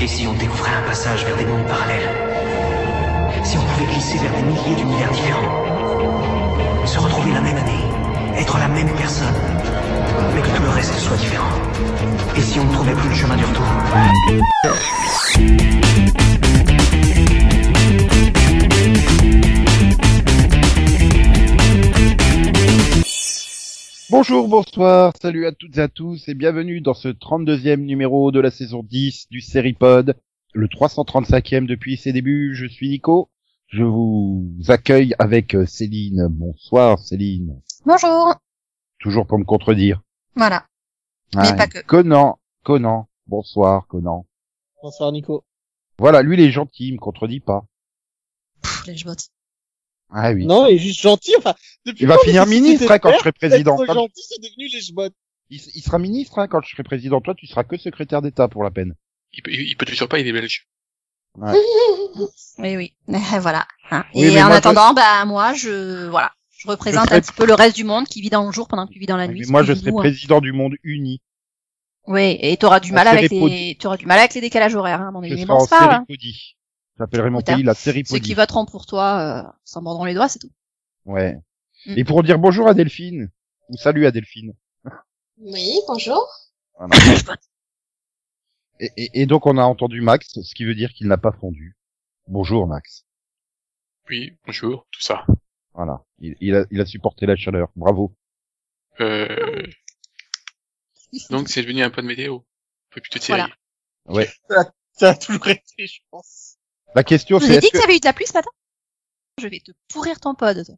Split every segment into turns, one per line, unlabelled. Et si on découvrait un passage vers des mondes parallèles Si on pouvait glisser vers des milliers d'univers différents Se retrouver la même année, être la même personne, mais que tout le reste soit différent Et si on ne trouvait plus le chemin du retour
Bonjour, bonsoir, salut à toutes et à tous et bienvenue dans ce 32e numéro de la saison 10 du Seripod, le 335e depuis ses débuts. Je suis Nico, je vous accueille avec euh, Céline. Bonsoir Céline,
Bonjour.
toujours pour me contredire.
Voilà. Mais pas que.
Conan, Conan, bonsoir Conan.
Bonsoir Nico.
Voilà, lui il est gentil, il me contredit pas.
Pff, les gebottes.
Ah oui.
Non, il est juste gentil. Enfin, depuis
il va
quand
finir
on décide
ministre
d'être
hein, quand je
vert,
serai président.
Être
Comme-
gentil, c'est devenu les chebottes.
il, il sera ministre hein, quand je serai président. Toi, tu seras que secrétaire d'État pour la peine.
Il, peut- il peut toujours pas, il est belge.
Oui, oui. voilà. hein.
Oui, mais
Et en
moi, je-
attendant, bah moi, je voilà, je représente
serai-
un petit peu le reste du monde qui vit dans le jour pendant que tu vis dans la nuit.
Mais moi, je
Scooby-Doo,
serai
hein.
président du monde uni.
Oui, et t'auras du
On
mal
serait
avec
les
les, t'auras du mal avec les décalages horaires. Hein, dans les
Je serai
éléments,
en
c'est pas, hein.
Séripodie. J'appellerai mon
Écoute, hein,
pays la Séripodie.
Ceux qui voteront pour toi euh, s'en mordront les doigts, c'est tout.
Ouais.
Mm.
Et pour dire bonjour à Delphine. Ou salut à Delphine.
Oui, bonjour.
Voilà. et, et- et donc on a entendu Max, ce qui veut dire qu'il n'a pas fondu. Bonjour Max.
Oui, bonjour, tout ça.
Voilà. Il, il a, il a supporté la chaleur. Bravo.
Euh, donc c'est devenu un peu de météo. Faut plutôt tirer.
Voilà.
Ça a toujours été, je pense.
La question
Je vous
c'est
ai
est-ce
dit que
que...
ça avait eu de la pluie ce matin. Je vais te pourrir ton pod, toi.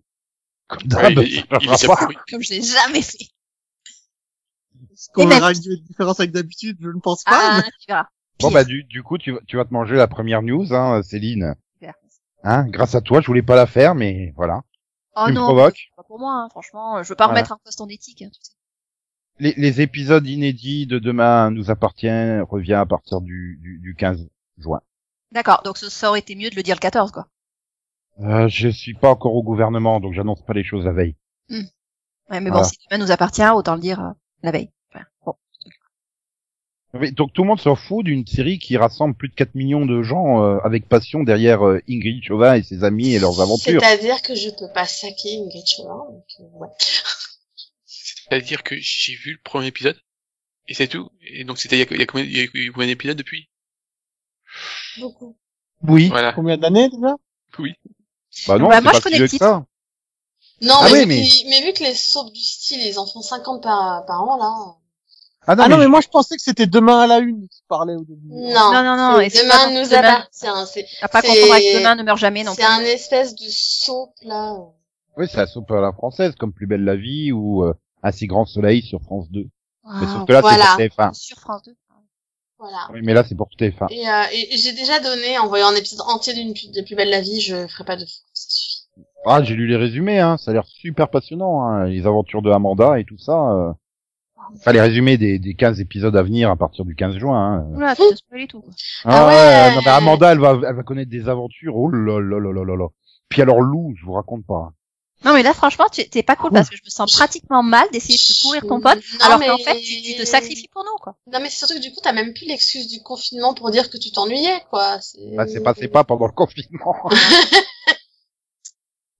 Comme d'hab,
Ouais, il, il-
ça
il
va
est déjà
pas.
pourri.
comme je l'ai jamais fait.
Est-ce
Eh
qu'on
ben,
mais-
aura une différence avec d'habitude Je ne pense pas.
Ah,
mais-
tu verras.
Bon bah du, du coup tu, vas- tu vas te manger la première news, hein, Céline.
Super.
Hein, grâce à toi, je voulais pas la faire, mais voilà.
Oh
tu me
non,
provoques.
c'est pas pour moi, hein, franchement. Je veux pas
Voilà.
remettre en cause ton éthique. hein, tu sais.
Les, les épisodes inédits de demain nous appartient revient à partir du, du, du 15 juin.
D'accord, donc ce- ça aurait été mieux de le dire le 14, quoi.
Euh, je suis pas encore au gouvernement, donc j'annonce pas les choses la veille.
Ouais, mais
Voilà.
bon, si demain nous appartient, autant le dire euh, la veille. Enfin, bon.
Mais donc tout le monde s'en fout d'une série qui rassemble plus de 4 millions de gens euh, avec passion derrière euh, Ingrid Chauvin et ses amis et leurs aventures.
C'est-à-dire que je peux pas saquer une Chauvin, donc euh, ouais.
C'est-à-dire que j'ai vu le premier épisode, et c'est tout. Et donc c'était il y a, il y a combien, il y a eu combien d'épisodes depuis
Beaucoup.
Oui.
Voilà.
Combien d'années déjà
Oui.
Bah non,
Bah,
c'est
moi,
pas
je connais
si vieux
le
que
titre.
ça.
Non,
Ah
mais,
oui,
vu
mais-
qu'ils- mais vu que les soaps du style, ils en font 50 par, par an, là.
Ah non,
Ah non,
mais,
mais moi je pensais que c'était demain à la une qui parlait au début.
Non.
Non, non, non, et c'est pas
demain
non plus
nous
demain.
appartient. hein, C'est,
À pas
C'est-
confondre avec demain ne meurt jamais euh, non
c'est
plus.
un espèce de soap, là.
oui, c'est la soupe à la française comme Plus belle la vie ou euh, Un si grand soleil sur France 2. mais sauf
Wow.
que là
voilà.
c'est pour TF1.
Sur France 2.
Voilà.
Ah Oui, mais là c'est pour TF1.
Et, euh, et- et j'ai déjà donné, en voyant un épisode entier d'une pu- de Plus belle la vie, je ferai pas de fois. ça suffit.
Ah, j'ai lu les résumés hein, ça a l'air super passionnant hein, les aventures de Amanda et tout ça. Euh... Enfin les résumés des, des 15 épisodes à venir à partir du 15 juin. Hein.
Oula, tu te spoil et tout. Quoi.
Ah
Ah
ouais,
ouais.
non, mais Amanda, elle va, elle va connaître des aventures. Oh là là là là là là. Puis alors Lou, je vous raconte pas.
Non mais là franchement, tu- t'es pas cool parce que je me sens pratiquement mal d'essayer de te courir ton pote
Non,
alors
mais-
qu'en fait tu, tu te sacrifies pour nous quoi.
Non, mais c'est surtout que du coup, t'as même plus l'excuse du confinement pour dire que tu t'ennuyais, quoi. C'est...
Bah, c'est passé pas pendant le confinement.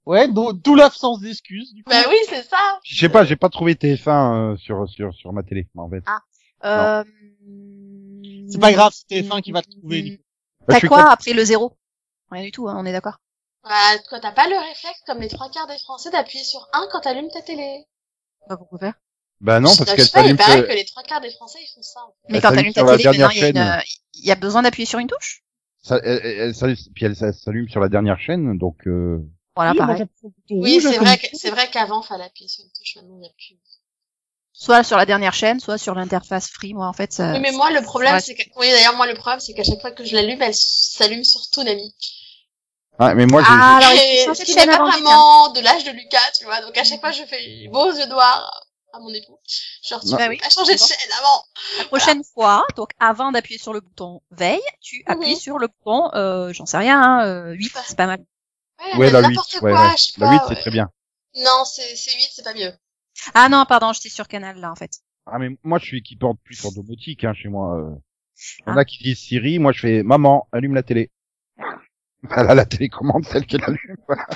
Ouais, donc d'où l'absence d'excuses. du coup.
Bah oui, c'est ça.
je sais pas, j'ai pas trouvé TF1 euh, sur sur sur ma télé en fait.
Euh...
C'est pas grave, c'est TF1 qui va te trouver. Nico.
Bah, je
mm, T'as
suis
quoi
con-
après le zéro Rien du tout, hein, on est d'accord.
Bah, quoi, t'as pas le réflexe, comme les trois quarts des Français, d'appuyer sur un quand t'allumes ta télé.
Pas beaucoup faire.
Bah non, parce
Bah, je
qu'elle
sais pas,
s'allume.
il paraît
que-
que... les trois quarts des Français, ils font ça. en fait.
Mais
Bah,
quand
t'allumes sur la
t'allumes ta télé, maintenant
dernière
il y a une,
chaîne.
euh, il y a besoin d'appuyer sur une touche.
ça- elle- elle- elle s'allume- puis elle, elle s'allume sur la dernière chaîne, donc. euh,
Voilà,
Oui, moi,
pareil.
j'appuie sur le bouton
Oui,
rouge,
c'est
comme
vrai,
tu
que,
dis.
c'est vrai qu'avant, fallait appuyer sur une touche, maintenant, il n'y a plus.
Soit sur la dernière chaîne, soit sur l'interface free. Moi en fait. ça-
Oui, mais moi, le problème,
Ouais.
c'est que, oui, d'ailleurs, moi, le problème, c'est qu'à chaque fois que je l'allume, elle s'allume sur Toonami.
Ah, mais moi, j'ai-
Ah alors il
Et
faut changer
ce
de
qui n'est
chaîne
pas
avant. vite, hein.
vraiment de l'âge de Lucas, tu vois. Donc, à chaque fois, je fais les beaux yeux noirs à mon époux. Genre, tu
Non.
Bah oui,
as changé de
bon.
chaîne avant.
La prochaine fois, donc avant d'appuyer sur le bouton veille, tu appuies
Mhm.
sur le bouton, euh, j'en sais rien, hein, euh, 8, c'est pas mal.
ouais, la 8,
n'importe
ouais,
quoi,
ouais.
je sais
la
pas,
8, c'est
ouais.
très bien.
Non, c'est, c'est 8, c'est pas mieux.
Ah non, pardon, j'étais sur Canal là en fait.
Ah mais moi, je suis équipé en plus en domotique hein, chez moi. euh. Il y en a qui disent Siri, moi je fais maman, allume la télé. Voilà la télécommande, celle qu'elle allume. voilà.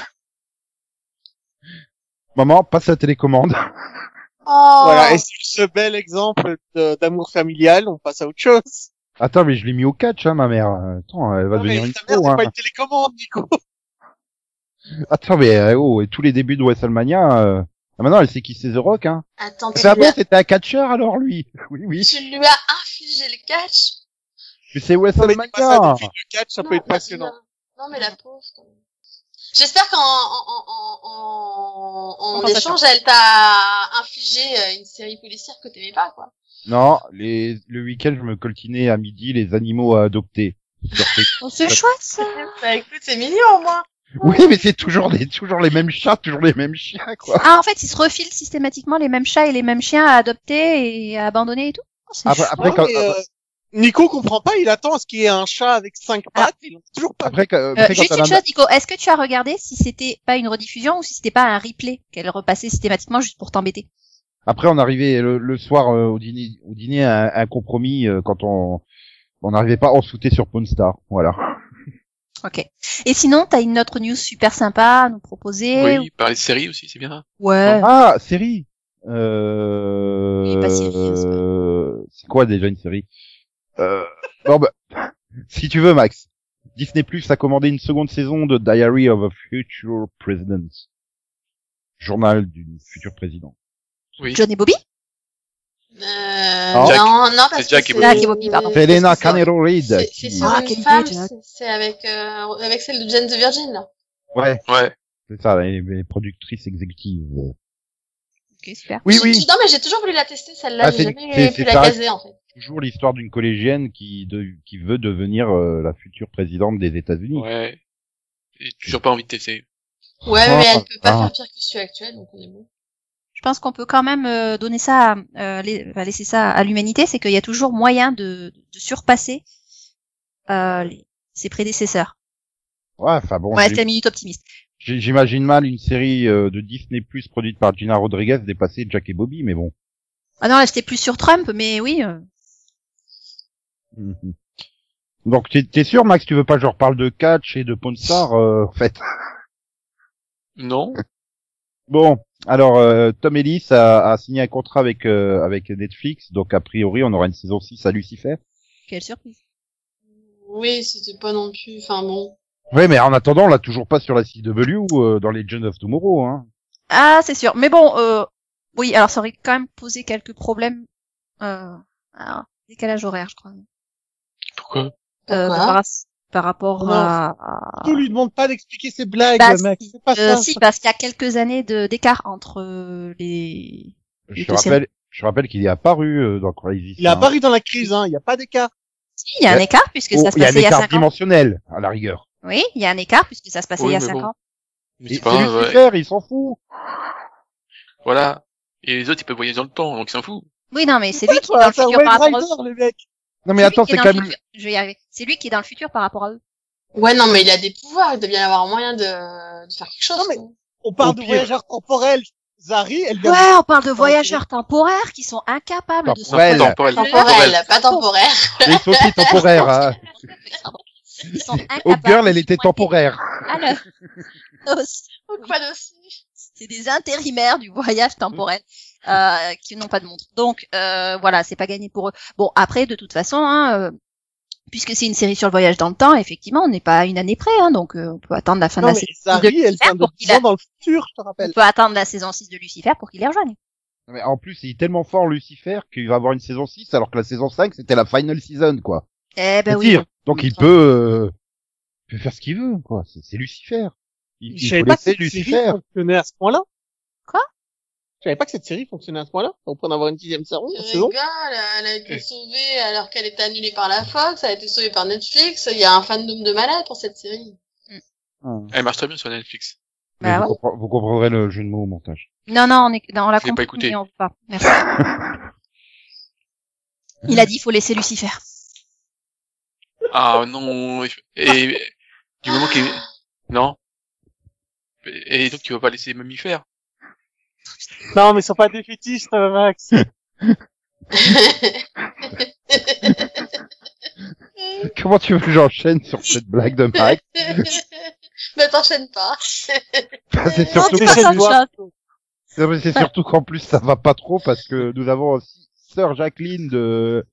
Maman, passe la télécommande.
Oh.
Voilà, et sur ce bel exemple de- d'amour familial, on passe à autre chose.
Attends, mais je l'ai mis au catch, hein, ma mère. Attends, elle va
Non, mais
devenir une
ta mère,
pro,
c'est
hein.
pas une télécommande, Nico.
Attends, mais euh, oh, et tous les débuts de WrestleMania, euh... ah, maintenant elle sait qui c'est The Rock, hein.
Attends, tu
C'est ah
lui,
bon,
as...
c'était un catcheur alors lui Oui, oui.
tu lui as infligé le catch
Mais c'est
Non, mais dis pas ça
WrestleMania
depuis le catch, ça
Non,
peut être
bah,
passionnant.
Non, non, mais la pauvre. quand même. J'espère qu'en en, en, en, en, en
Enfin,
échange, elle t'a infligé euh, une série policière que t'aimais pas, quoi.
Non, les... le week-end, je me coltinais à midi les animaux à adopter. Sur Facebook.
Oh, C'est chouette, ça.
Bah écoute, c'est mignon au moins.
oui, mais c'est toujours les... toujours les mêmes chats, toujours les mêmes chiens, quoi.
Ah, en fait, ils se refilent systématiquement les mêmes chats et les mêmes chiens à adopter et à abandonner et tout. Oh, c'est
Après,
chouette.
après,
Ouais,
quand...
mais, euh, Nico comprend pas, il attend à ce qu'il y ait un chat avec cinq
Ah.
pattes, il l'a toujours pas.
après, quand-
Euh,
après, quand
juste
elle
une
en a-
chose, Nico, est-ce que tu as regardé si c'était pas une rediffusion ou si c'était pas un replay qu'elle repassait systématiquement juste pour t'embêter
Après, on arrivait le, le soir euh, au dîner, au dîner à un, un compromis euh, quand on on n'arrivait pas, on sautait sur Pawn Star, voilà.
Ok. Et sinon, t'as une autre news super sympa à nous proposer
Oui, parler de série aussi, c'est bien. hein.
Ouais.
Ah, série. Euh...
Il est pas série, hein, c'est pas-
euh, C'est quoi déjà une série euh... Bon bah, si tu veux, Max. Disney Plus a commandé une seconde saison de Diary of a Future President, journal d'une future président.
Oui.
John et Bobby
Euh,
Oh.
Jack.
Non, non, parce
C'est Jack
que
et
c'est-
Bobby. Jack et Bobby, pardon.
c'est-
Elena
c'est sur-
Canero Reid.
C'est
qui-
c'est sur
Ah,
une
quelle
femme,
idée, Jack.
c'est- c'est avec, euh, avec celle de Jane de Virgin, là.
Ouais,
Ouais.
c'est ça, les, les productrices exécutives.
Ok, super.
Oui,
J'ai-
oui.
j'ai- Non, mais j'ai toujours voulu la tester, celle-là,
Ah,
j'ai
c'est-
jamais
c'est- c'est
pu la
pareil.
caser, en fait.
toujours l'histoire d'une collégienne qui, de- qui veut devenir euh, la future présidente des États-Unis.
Ouais. J'ai toujours pas envie de tester.
Ouais,
Ah,
mais elle peut pas
ah.
faire pire que celui actuel, donc on est bon.
Je pense qu'on peut quand même euh, donner ça, à- euh, les- enfin, laisser ça à l'humanité, c'est qu'il y a toujours moyen de, de surpasser euh, les- ses prédécesseurs.
Ouais, enfin bon,
ouais,
j'ai-
c'est la minute optimiste.
j'ai- j'imagine mal une série euh, de Disney Plus produite par Gina Rodriguez dépasser Jack et Bobby, mais bon.
Ah non, là, j'étais plus sur Trump, mais oui. euh,
Mhm. Donc t'es t'es sûr, Max, tu veux pas que je reparle de Catch et de Pawn Star, euh, en fait
Non.
Bon, alors euh, Tom Ellis a, a signé un contrat avec euh, avec Netflix, donc a priori on aura une saison 6 à Lucifer.
quelle surprise.
Oui, c'était pas non plus, enfin bon.
Ouais, mais en attendant, on l'a toujours pas sur la CW ou euh, dans les Legends of Tomorrow, hein.
Ah, c'est sûr. Mais bon, euh, oui, alors ça aurait quand même posé quelques problèmes. Euh, alors, décalage horaire, je crois.
Pourquoi
Euh,
Pourquoi
par, as- par rapport
Non.
à... à-
On lui demande pas d'expliquer ses blagues,
Bah,
mec.
si,
C'est pas
euh,
ça.
si, parce qu'il y a quelques années de d'écart entre euh, les...
Je
Et
te
que c'est-
rappelle, je te rappelle qu'il est apparu euh, dans Crisis.
Il a
hein.
apparu dans la crise, hein. Il n'y a pas d'écart.
Si, il y a un
Ouais.
écart, puisque
Oh,
ça se
il y a un
passait il y a
écart
5 ans.
dimensionnel, à la rigueur.
Oui, il y a un écart, puisque ça se passait
Oui,
il y a
mais
5
bon.
ans.
Mais
Et
c'est
C'est
pas grave, ouais.
Lucifer, il s'en fout.
Voilà. Et les autres, ils peuvent voyager dans le temps, donc ils s'en foutent.
Oui, non, mais c'est
Ouais,
lui qui est
voilà,
dans le
c'est un
futur
Wave
par rapport à eux.
Rider, le mec.
Non mais
C'est lui
attends,
qui est
c'est
dans le
quand même...
futur. Je vais y arriver. C'est lui qui est dans le futur par rapport à eux.
Ouais, non, mais il a des pouvoirs, il doit bien y avoir moyen de, de faire quelque chose.
Non, mais-
quoi.
On parle
Au
de
pire.
voyageurs temporels. Zari, elle vient
Ouais, on parle de voyageurs temporaires qui sont incapables de se
Temporel.
Non, temporel.
Temporel, pas temporaire.
Mais Ils sont aussi temporaires. hein.
Ils sont incapables.
Au girl, elle
de
était
se pointer
temporaire.
à l'heure. Non, c'est-
Quoi d'aussi
C'est des intérimaires du voyage
Mhm.
temporel euh, qui n'ont pas de montre. Donc euh, voilà, c'est pas gagné pour eux. Bon après, de toute façon, hein, euh, puisque c'est une série sur le voyage dans le temps, effectivement, on n'est pas à une année près, hein, donc euh, on peut attendre la fin
Non,
de la
mais
saison.
Zari, elle vient de
pour qu'il a-
10 ans dans le futur, je te
On
rappelle.
peut attendre la saison 6 de Lucifer pour qu'il les rejoigne.
Non, mais en plus, il est tellement fort, Lucifer, qu'il va avoir une saison 6, alors que la saison 5, c'était la final season, quoi.
Eh ben
C'est
oui.
dire. Donc il peut, euh, il peut faire ce qu'il veut, quoi. C'est c'est Lucifer. Il, il
Je
faut
savais pas que
laisser
cette série
Lucifer.
fonctionnait à ce point-là.
Quoi
Je savais pas que cette série fonctionnait à ce point-là. Au point d'avoir une dixième saison.
Tu
saison.
rigoles, elle a été sauvée alors qu'elle était annulée par la Fox, elle a été sauvée par Netflix, il y a un fandom de malade pour cette série.
Elle marche très bien sur Netflix.
Mais
Bah
vous, compre- vous comprendrez le jeu de mots au montage.
Non, non, on, est... non, on l'a
Je l'ai
compris.
pas écouté.
mais on peut pas. Merci. Il a dit, il faut laisser Lucifer.
Ah, non. Et, et- du moment qu'il, non. Et et donc, tu vas pas laisser les mammifères.
Non, mais ils sont pas euh, des fétiches, Max.
T'as
Comment tu veux que j'enchaîne sur cette blague de Mike
Mais t'enchaînes pas.
Enfin, C'est
Non,
surtout,
tu
qu'en
passes à
plus-
autre chose.
Non, mais c'est surtout qu'en plus ça va pas trop parce que nous avons aussi Sœur Jacqueline de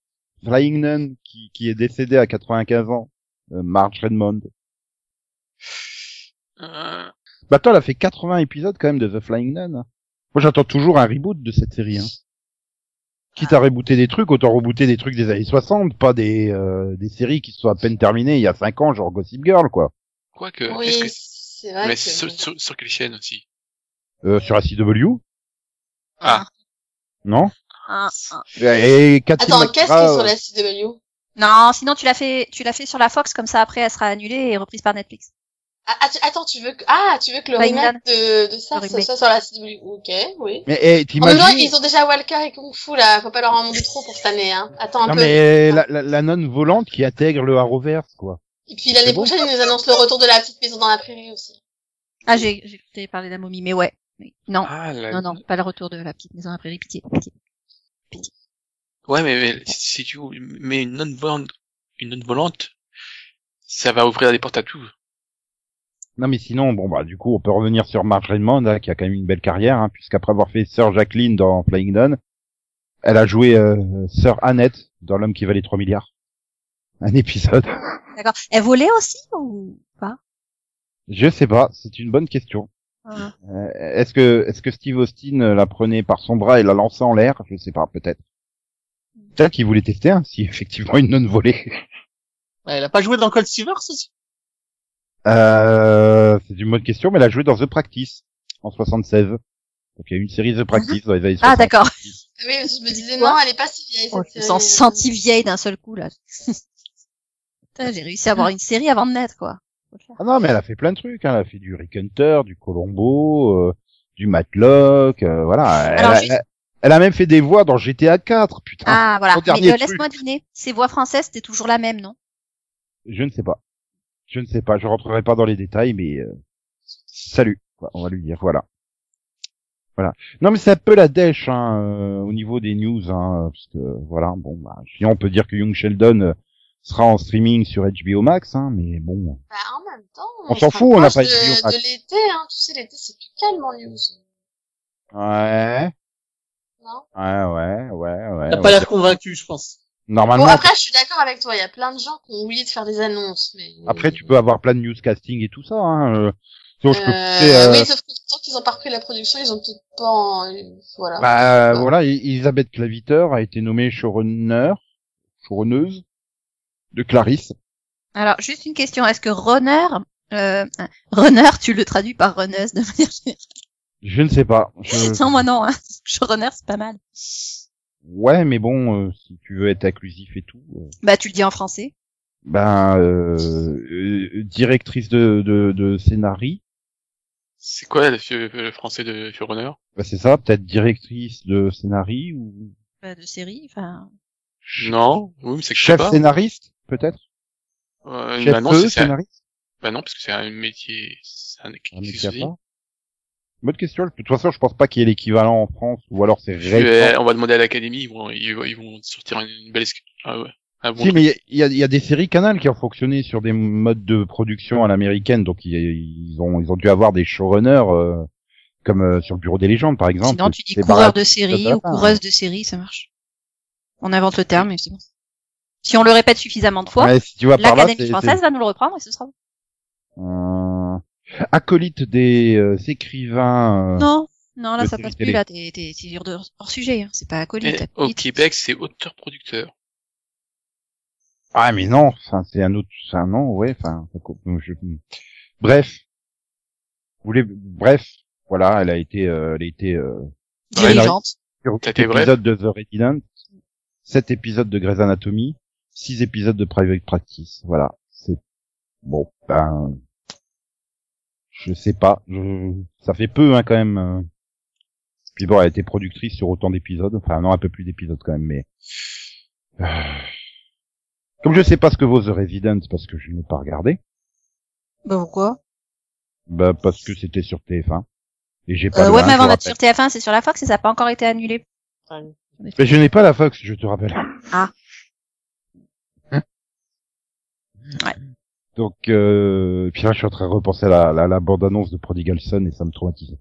Flying Nun qui, qui est décédée à 95 ans, euh, Marge Redmond.
Euh,
Bah toi, elle a fait 80 épisodes quand même de The Flying Nun. hein. Moi, j'attends toujours un reboot de cette série. Hein. Quitte à rebooter des trucs, autant rebooter des trucs des années 60, pas des euh, des séries qui se sont à peine terminées il y a 5 ans, genre Gossip Girl, quoi.
Quoique, est-ce
Oui,
que...
c'est vrai
Mais
que...
sur, sur, sur quelle chaîne aussi
Euh, sur la CW,
Ah,
non
Un, un.
Et Cathy
Attends, qu'est-ce
McGrath,
qui est sur la CW
Non, sinon tu l'as fait, tu l'as fait sur la Fox, comme ça après elle sera annulée et reprise par Netflix.
ah, att- Attends, tu veux que... Ah, tu veux que le
Fine
remake de, de ça
Le
ce
remake.
soit sur la CW Ok, oui.
Mais eh,
En même temps,
t'imagines
Oh, ils ont déjà Walker et Kung Fu, là. Faut pas leur en demander trop pour cette année, hein. Attends un
Non
peu.
mais la, la, la nonne volante qui intègre le Arrowverse, quoi.
Et puis l'année
C'est bon
prochaine, ils nous annoncent le retour de la petite maison dans la prairie aussi.
Ah, j'ai, j'ai écouté parler de la momie, mais ouais. Oui. Non,
ah là...
non, non, pas le retour de la petite maison après prairie, pitié. pitié.
Ouais, mais, mais si tu mets une note volante, une note volante, ça va ouvrir des portes à tout.
Non mais sinon, bon bah du coup on peut revenir sur Marge Redmond hein, qui a quand même une belle carrière, hein, puisqu'après avoir fait Sœur Jacqueline dans Flying Nun, elle a joué euh, Sœur Annette dans L'homme qui valait 3 milliards. Un épisode.
D'accord. Elle volait aussi ou pas
Je sais pas, c'est une bonne question.
Ah.
Euh, est-ce que est-ce que Steve Austin euh, la prenait par son bras et la lançait en l'air Je sais pas, peut-être. Peut-être qu'il voulait tester hein, si effectivement une nonne volait.
Elle a pas joué dans Cold Silver, aussi
Euh, c'est une bonne question, mais elle a joué dans The Practice en 76. Donc il y a eu une série The Practice dans les années
Ah
60.
d'accord.
Ah Oui, je me disais,
Quoi
non, elle est pas si vieille, cette euh,
Oh, je me
série.
sens sentie vieille d'un seul coup là. Putain, j'ai réussi à avoir une série avant de naître quoi. Faut le faire.
Ah non, mais elle a fait plein de trucs. Hein. Elle a fait du Rick Hunter, du Colombo, euh, du Matlock, euh, voilà. Elle,
Alors,
a-
juste-
elle, elle a même fait des voix dans GTA 4, putain.
Ah voilà.
Son dernier
Mais euh,
truc.
laisse-moi deviner. Ces voix françaises, c'était toujours la même, non
Je ne sais pas. Je ne sais pas. Je rentrerai pas dans les détails, mais euh, salut. quoi, On va lui dire voilà. Voilà. Non, mais c'est un peu la dèche hein, euh, au niveau des news, hein, parce que voilà. Bon, bah, sinon on peut dire que Young Sheldon euh, sera en streaming sur HBO Max, hein, mais bon.
Bah, en même temps,
On s'en fout, on n'a
s'approche
pas été au
de,
match.
de l'été, hein. Tu sais, l'été, c'est plus calme en news.
Ouais.
Non.
Ouais, ouais, ouais, ouais.
T'as
ouais.
pas l'air convaincu, je pense.
Bon,
Normalement,
après, je suis d'accord avec toi. Il y a plein de gens qui ont oublié de faire des annonces, mais...
Après, tu peux avoir plein de newscasting et tout ça. Hein. euh,
Euh,
sinon, je peux pousser, euh,
Oui, sauf que tant qu'ils ont pas repris la production, ils ont peut-être pas... en- Voilà.
bah,
Ouais.
voilà, E- Elisabeth Claviter a été nommée showrunner, showrunneuse de Clarisse.
Alors, juste une question. Est-ce que runner, euh, runner, tu le traduis par runneuse de manière générale
Je ne sais pas. je-
Non, moi non. Hein. Je runner, c'est pas mal.
Ouais, mais bon, euh, si tu veux être inclusif et tout, euh,
Bah, tu le dis en français.
ben euh, euh, directrice de de, de scénarii,
C'est quoi le, fi- le français de Furrunner
bah, c'est ça, peut-être directrice de scénarii ou
Bah, de série, enfin.
Non, oui, mais c'est que je sais
chef
pas.
scénariste peut-être.
Euh,
Chef
bah, non, c'est- c'est un-
scénariste.
bah non, parce que c'est un métier. C'est un...
Un
qu'est-ce
mec
que
qui a
c'est
pas. Bonne question. De toute façon, je pense pas qu'il y ait l'équivalent en France, ou alors c'est
Je vais-
récent.
on va demander à l'académie, ils vont, ils, vont- ils vont sortir une, une belle esqu- ah ouais, ah bon.
Si, mais il y a, il y a des séries Canal qui ont fonctionné sur des modes de production à l'américaine, donc ils, ils ont ils ont dû avoir des showrunners euh, comme euh, sur le bureau des légendes par exemple.
Sinon, tu dis
C'est
coureur
Barack-
de série
Barack-
ou coureuse de série, ça marche. On invente le terme, mais c'est bon. Si on le répète suffisamment de fois,
Ouais, si tu vas par là,
l'Académie
c'est-
française va nous le reprendre et ce sera bon.
c'est, euh, acolyte des euh, écrivains. euh,
Non, non, là,
de
ça
série
passe
télé.
plus, là. T'es, t'es, t'es dur de hors sujet, hein. C'est pas acolyte.
Et Au
acolyte.
Québec, c'est auteur-producteur.
Ah mais non, enfin c'est un autre, c'est un nom, ouais, enfin. ça co- je- Bref, vous voulez, bref, voilà, elle a été, euh, elle a été euh,
Dirigeante.
sur
T'as
cet
été bref.
épisode de The Resident, sept épisodes de Grey's Anatomy, six épisodes de Private Practice. Voilà, c'est bon. Ben, je sais pas. je- Ça fait peu hein, quand même. euh. Puis bon, elle a été productrice sur autant d'épisodes. Enfin non, un peu plus d'épisodes quand même, mais. Euh, Comme je sais pas ce que vaut The Resident parce que je n'ai pas regardé,
Bah, pourquoi?
bah parce que c'était sur TF1 et j'ai pas
Euh,
le
ouais,
un,
mais
je
avant
le
d'être
rappelle.
sur TF1, c'est sur la Fox et ça n'a pas encore été annulé.
Ah.
Mais je n'ai pas la Fox, je te rappelle.
Ah. Ouais.
Donc, euh, puis là, je suis en train de repenser à la, la, la bande-annonce de Prodigal Son et ça me traumatise.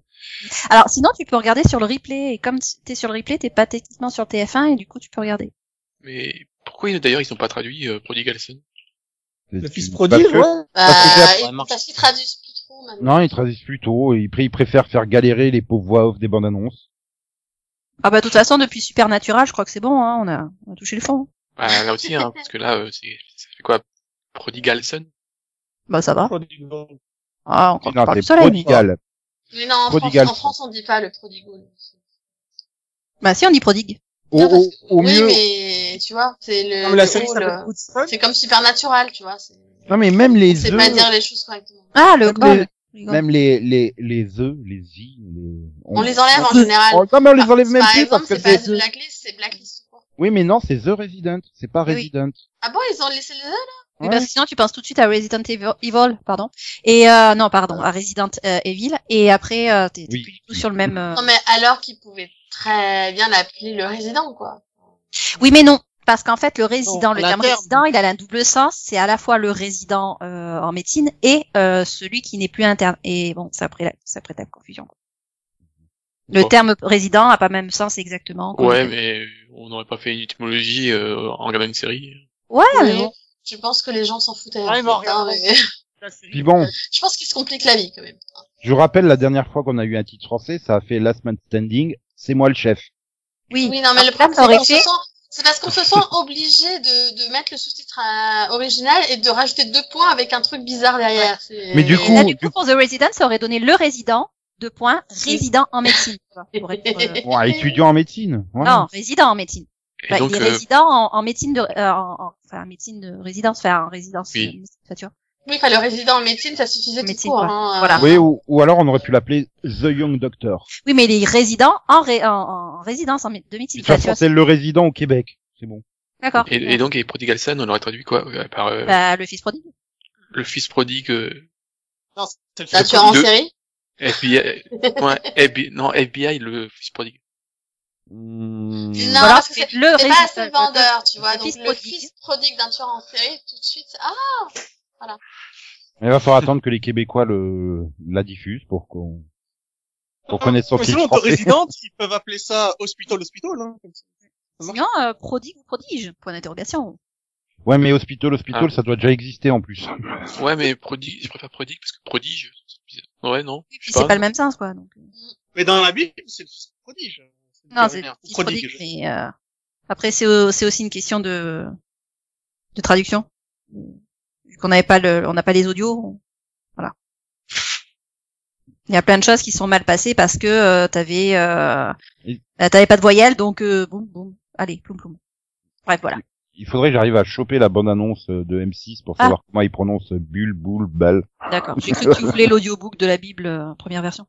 Alors sinon, tu peux regarder sur le replay. Et comme t'es sur le replay, t'es pas techniquement sur TF1 et du coup, tu peux regarder.
Mais pourquoi d'ailleurs ils n'ont pas traduit euh, Prodigal Son
Le
C'est-
fils
parce
prodigue,
que-
ouais.
Parce
Bah,
que j'ai-
et ça s'y traduit plus trop maintenant.
Non, ils traduisent plus tôt. Ils, pr- ils préfèrent faire galérer les pauvres voix off des bandes-annonces.
Ah bah de toute façon, depuis Supernatural, je crois que c'est bon. Hein, on a on a touché le fond.
Bah, là aussi, hein, parce que là, euh, c'est, ça fait quoi Prodigal Son
Bah ça va.
Prodigal.
Ah, on
Non,
parle du
c'est
soleil.
Prodigal.
Mais non, en France,
Prodigal.
en France, on dit pas le prodigal.
Bah si, on y prodigue.
Au,
Non, parce
au,
que-
au
oui,
mieux.
mais tu vois, c'est le.
Comme la
le
série
rôle,
s'appelle
euh,
Goodson.
C'est comme Supernatural, tu vois. C'est
Non, mais même les
c'est
œufs,
pas dire les choses correctement.
Ah, le
Même
gol.
même les les les œufs, les i, les...
On les enlève en général.
On, non, mais on les enlève même
Par
plus
exemple,
parce que
c'est pas
c'est.
The Blacklist, c'est Blacklist. tout court.
Oui, mais non, c'est The Resident, c'est pas
Oui.
Resident.
Ah bon, ils ont laissé les autres
Oui, parce que Eh ben, sinon, tu penses tout de suite à Resident Evil, Evil, pardon. Et euh, non, pardon, à Resident euh, Evil. Et après, euh, t'es t'es
Oui.
plus du tout sur le même. euh,
Non, mais alors qu'ils pouvaient très bien l'appeler le résident, quoi.
Oui, mais non. Parce qu'en fait, le résident,
Non,
le
la
terme
terre.
résident, il a un double sens. C'est à la fois le résident euh, en médecine et euh, celui qui n'est plus interne. Et bon, ça prête, ça prête à confusion. quoi. Le
Bon.
terme résident a pas même sens exactement. quoi.
Ouais, mais on n'aurait pas fait une étymologie euh, en regardant une série.
Ouais,
Ah,
mais
Mais
bon.
Je pense que les gens s'en foutaient.
Ouais,
en
mais en
fait, hein,
regardant-
mais-
La série-
Puis bon,
Je pense qu'ils se compliquent la vie, quand même.
je rappelle la dernière fois qu'on a eu un titre français, ça a fait Last Man Standing, c'est moi le chef.
oui.
Oui, non,
Ah,
mais le
Alors,
problème,
ça
c'est
aurait
qu'on se
fait-
sent... C'est parce qu'on se sent obligé de, de mettre le sous-titre à- original et de rajouter deux points avec un truc bizarre derrière. C'est-
Mais du
Et là,
coup-
du coup, pour The Resident, ça aurait donné le résident, deux points, résident en médecine. tu vois, pour être, euh,
Bon, un étudiant en médecine. hein. ouais.
Non, résident en médecine.
Et
Bah,
donc,
il est
euh,
résident en, en médecine de, euh, en, en- enfin, en médecine de résidence, enfin, en résidence,
Oui.
euh, médecine, enfin, tu vois.
Oui, enfin, le résident en médecine, ça suffisait
Médecine,
tout court.
quoi.
Hein,
Voilà.
Oui, ou, ou alors on aurait pu l'appeler The Young Doctor.
Oui, mais il est résident en, ré- en, en résidence en mé- de
De
médecine.
toute
enfin, tu
façon,
vois.
c'est le résident au Québec. C'est bon.
D'accord.
et, et donc, et Prodigal Son, on aurait traduit quoi euh, Par euh,
Bah, le fils prodigue.
le fils prodigue. euh,
Non, c'est le
Là,
fait
tu es en
de-
série
FBI, point, FBI, non, FBI, le fils prodigue.
Hmm.
Non,
Voilà,
parce que
c'est
c'est
le
c'est pas
résident.
assez vendeur, tu vois.
le
Donc,
fils
le
prodigue.
fils prodigue d'un tueur en série, tout de suite, ah,
Il va falloir attendre que les Québécois le la diffusent pour qu'on pour connaisse son
Mais
titre
sinon, de
français.
résidente, ils peuvent appeler ça hospital, hospital, hein. comme ça.
Sinon, euh, prodigue ou prodige Point d'interrogation.
Ouais, mais Hospital, Hospital,
Ah.
ça doit déjà exister en plus.
Ouais, mais prodigue, je préfère prodigue parce que prodige, c'est bizarre. Ouais, non.
Oui,
je
puis
sais
c'est pas le même sens, quoi. Donc, euh,
Mais dans la Bible, c'est le fils prodige.
non, c'est le
Dernière.
fils
prodige.
prodigue. Mais euh, après, c'est au- c'est aussi une question de de traduction. Vu qu'on n'avait pas le, on n'a pas les audios. on- Voilà. Il y a plein de choses qui sont mal passées parce que euh, t'avais euh,
Et-
bah, t'avais pas de voyelle, donc euh, boum boum. Allez, ploum ploum. Bref, voilà.
Il faudrait que j'arrive à choper la bande-annonce euh, de M6 pour
Ah.
savoir comment ils prononcent bulle, boule, balle.
D'accord. J'ai cru que tu voulais l'audiobook de la Bible euh, première version.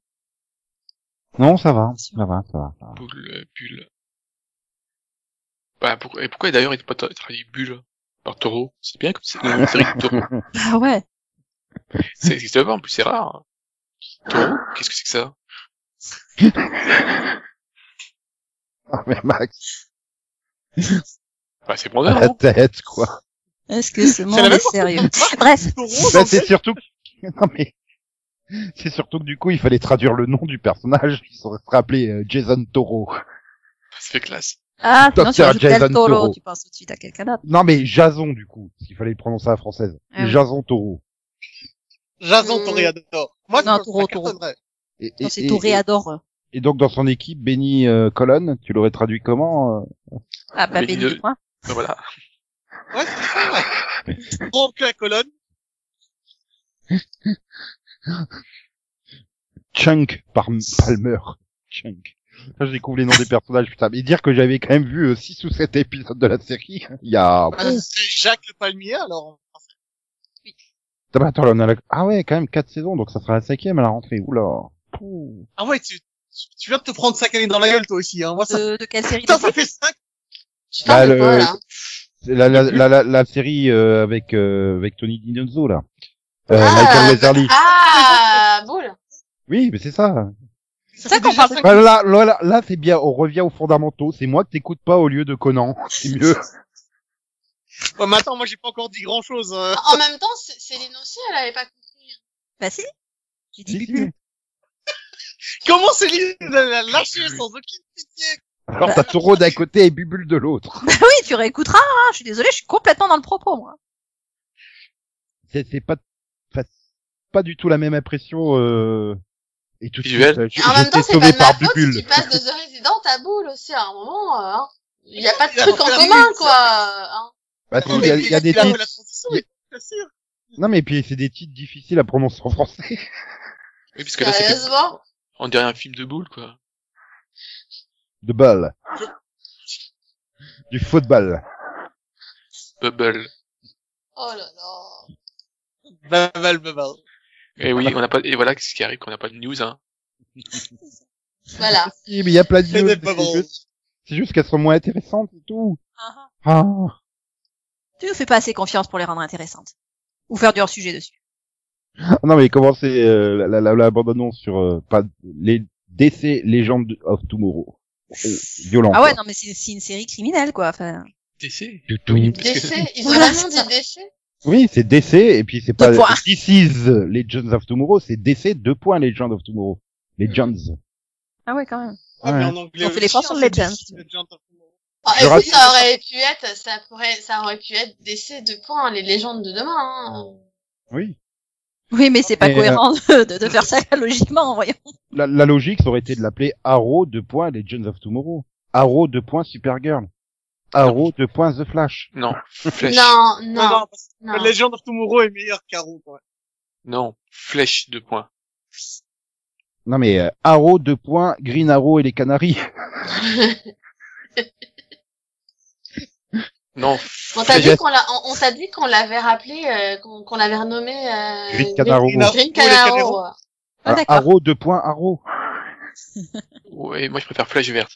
Non, ça va, ça va, ça va. ça va.
Bulle, euh, bulle. Bah, pour- et pourquoi d'ailleurs ils n'ont pas tra- traduit bulle par taureau C'est bien comme c'est une série de taureaux.
Ah ouais.
Ça existe pas, en plus c'est rare. hein. Taureau Qu'est-ce que c'est que ça
Ah, mais Max,
Bah, c'est pour
la tête,
Oh,
quoi.
Est-ce que ce monde
la même
est sérieux Bref.
Taureau,
Bah, c'est surtout que... Non, mais... C'est surtout que du coup, il fallait traduire le nom du personnage. Il serait appelé euh, Jason Toro.
Ça fait classe.
Ah, sinon tu
Dr.
rajoutes Del
Jason Toro.
Toro, tu penses tout de suite à quelqu'un d'autre.
Non, mais Jason, du coup. Parce qu'il fallait le prononcer à la française.
Ah oui.
Jason Toro.
Jason
Hmm.
Toréador. Moi,
Euh, Non,
je
Taureau,
ça
Taureau.
cartonnerait.
Et, et-
Non, c'est euh,
et-
Toréador.
et donc, dans son équipe, Benny euh, Colonne, tu l'aurais traduit comment euh
Ah, bah,
Mais
Béni
de-
du Coin.
Bah, voilà.
Ouais, c'est ça, ouais. Donc, la colonne.
Chunk par Palmer. Chunk. Là, je découvre les noms des personnages, putain. Mais dire que j'avais quand même vu 6 ou 7 épisodes de la série, il y a...
Ah, c'est Jacques le Palmier, alors.
Attends, mais attends, là, on a la- Ah ouais, quand même 4 saisons, donc ça sera la cinquième à la rentrée. Oula. Pouh.
Ah ouais, tu, tu- tu viens de te prendre 5 années dans la gueule, toi aussi, hein. Moi, ça,
De, de quelle série
putain,
de-
ça fait 5.
tu parles
Bah,
de hein. quoi,
le-
là
C'est La, la, la, la, la série euh, avec euh, avec Tony Dinozzo, là. Euh,
Ah,
Michael Weatherly.
Ah, boule
Oui, mais c'est ça.
Ça
ça
fait
qu'on
déjà
parle-
cinq-
Bah, là, là, là, là,
Ah,
c'est bien, on revient aux fondamentaux. C'est moi que t'écoutes pas au lieu de Conan. C'est mieux.
Ouais, mais attends, moi j'ai pas encore dit euh. grand chose.
En même temps, C- Céline aussi, elle avait pas compris.
Bah si. J'ai dit
Si, si.
Bubu.
Comment Céline l'a lâché sans aucune pitié
Alors t'as Taureau d'un côté et Bubule de l'autre.
Bah oui, tu réécouteras. Hein. Je suis désolée, je suis complètement dans le propos moi.
C'est c'est pas, enfin, c'est pas du tout la même impression. Euh... Et tout de suite,
Visuel.
euh, j-
en même
j'étais
temps, c'est pas
sauvé
de ma
par
faute
Bubule.
si tu passes de The Resident à Boule aussi à un moment. euh, hein. Il
Ah,
y a pas de
Il a
truc en
fait la
commun,
limite,
quoi. euh, hein.
Bah, si, il y a, il y a des
Il fait la
titres.
transition, mais bien sûr.
Non mais puis c'est des titres difficiles à prononcer en français.
Oui, parce que
Euh.
là, c'était-
Sérieusement.
on dirait un film de boule, quoi.
De balle. Du football.
Bubble.
Oh là là.
Baval, baval.
Et oui, on n'a pas, et voilà ce qui arrive qu'on n'a pas de news, hein.
Voilà.
Si, mais il y a plein de
C'est
news,
des
C'est
bavals.
juste, c'est juste qu'elles sont moins intéressantes et tout.
Ah, ah.
Ah.
Tu ne fais pas assez confiance pour les rendre intéressantes. Ou faire du hors sujet dessus.
Ah Non mais comment c'est euh, la, la, la, la bande annonce sur euh, pas les décès Legend of Tomorrow Euh, violent.
Ah ouais,
quoi.
non mais c'est c'est une série criminelle quoi. Enfin,
DC.
Du tout.
Parce que-
Décès. Ils ont
Voilà,
vraiment
ça.
dit décès.
Oui, c'est décès et puis c'est pas
Deux points.
This is Legends of Tomorrow, c'est décès deux points Legend of Tomorrow. Legends.
ah ouais quand même.
Ouais,
Ouais.
mais en anglais
On fait les
aussi,
forces
hein,
sur
c'est
Legends.
difficile, Legends of Tomorrow.
Ah,
Je
écoute,
rappelle-
ça aurait pu être, ça pourrait, ça aurait pu être décès de points, les légendes de demain. hein.
Oui.
Oui, mais c'est pas
Mais, euh,
cohérent de, de, de faire ça logiquement, voyons.
La, la logique ça aurait été de l'appeler Arrow deux points Legends of Tomorrow. Arrow deux points Supergirl.
Ah
Arrow deux points The Flash.
Non. Flèche.
Non,
Non,
non,
non, parce que
non.
Legend of Tomorrow est meilleur qu'Arrow, quand même.
Non. Flèche de points.
Non mais euh, Arrow deux points Green Arrow et les Canaries.
Non.
On t'a
Yes.
dit qu'on l'a, on, on t'a dit qu'on l'avait rappelé, euh, qu'on, qu'on l'avait renommé, euh,
Green Canaro.
Green Arrow.
Green
Pour les
Canaro.
Canaro.
ouais.
Ah,
Voilà,
d'accord.
Arrow deux points Arrow.
Ouais, moi, je préfère flèche verte.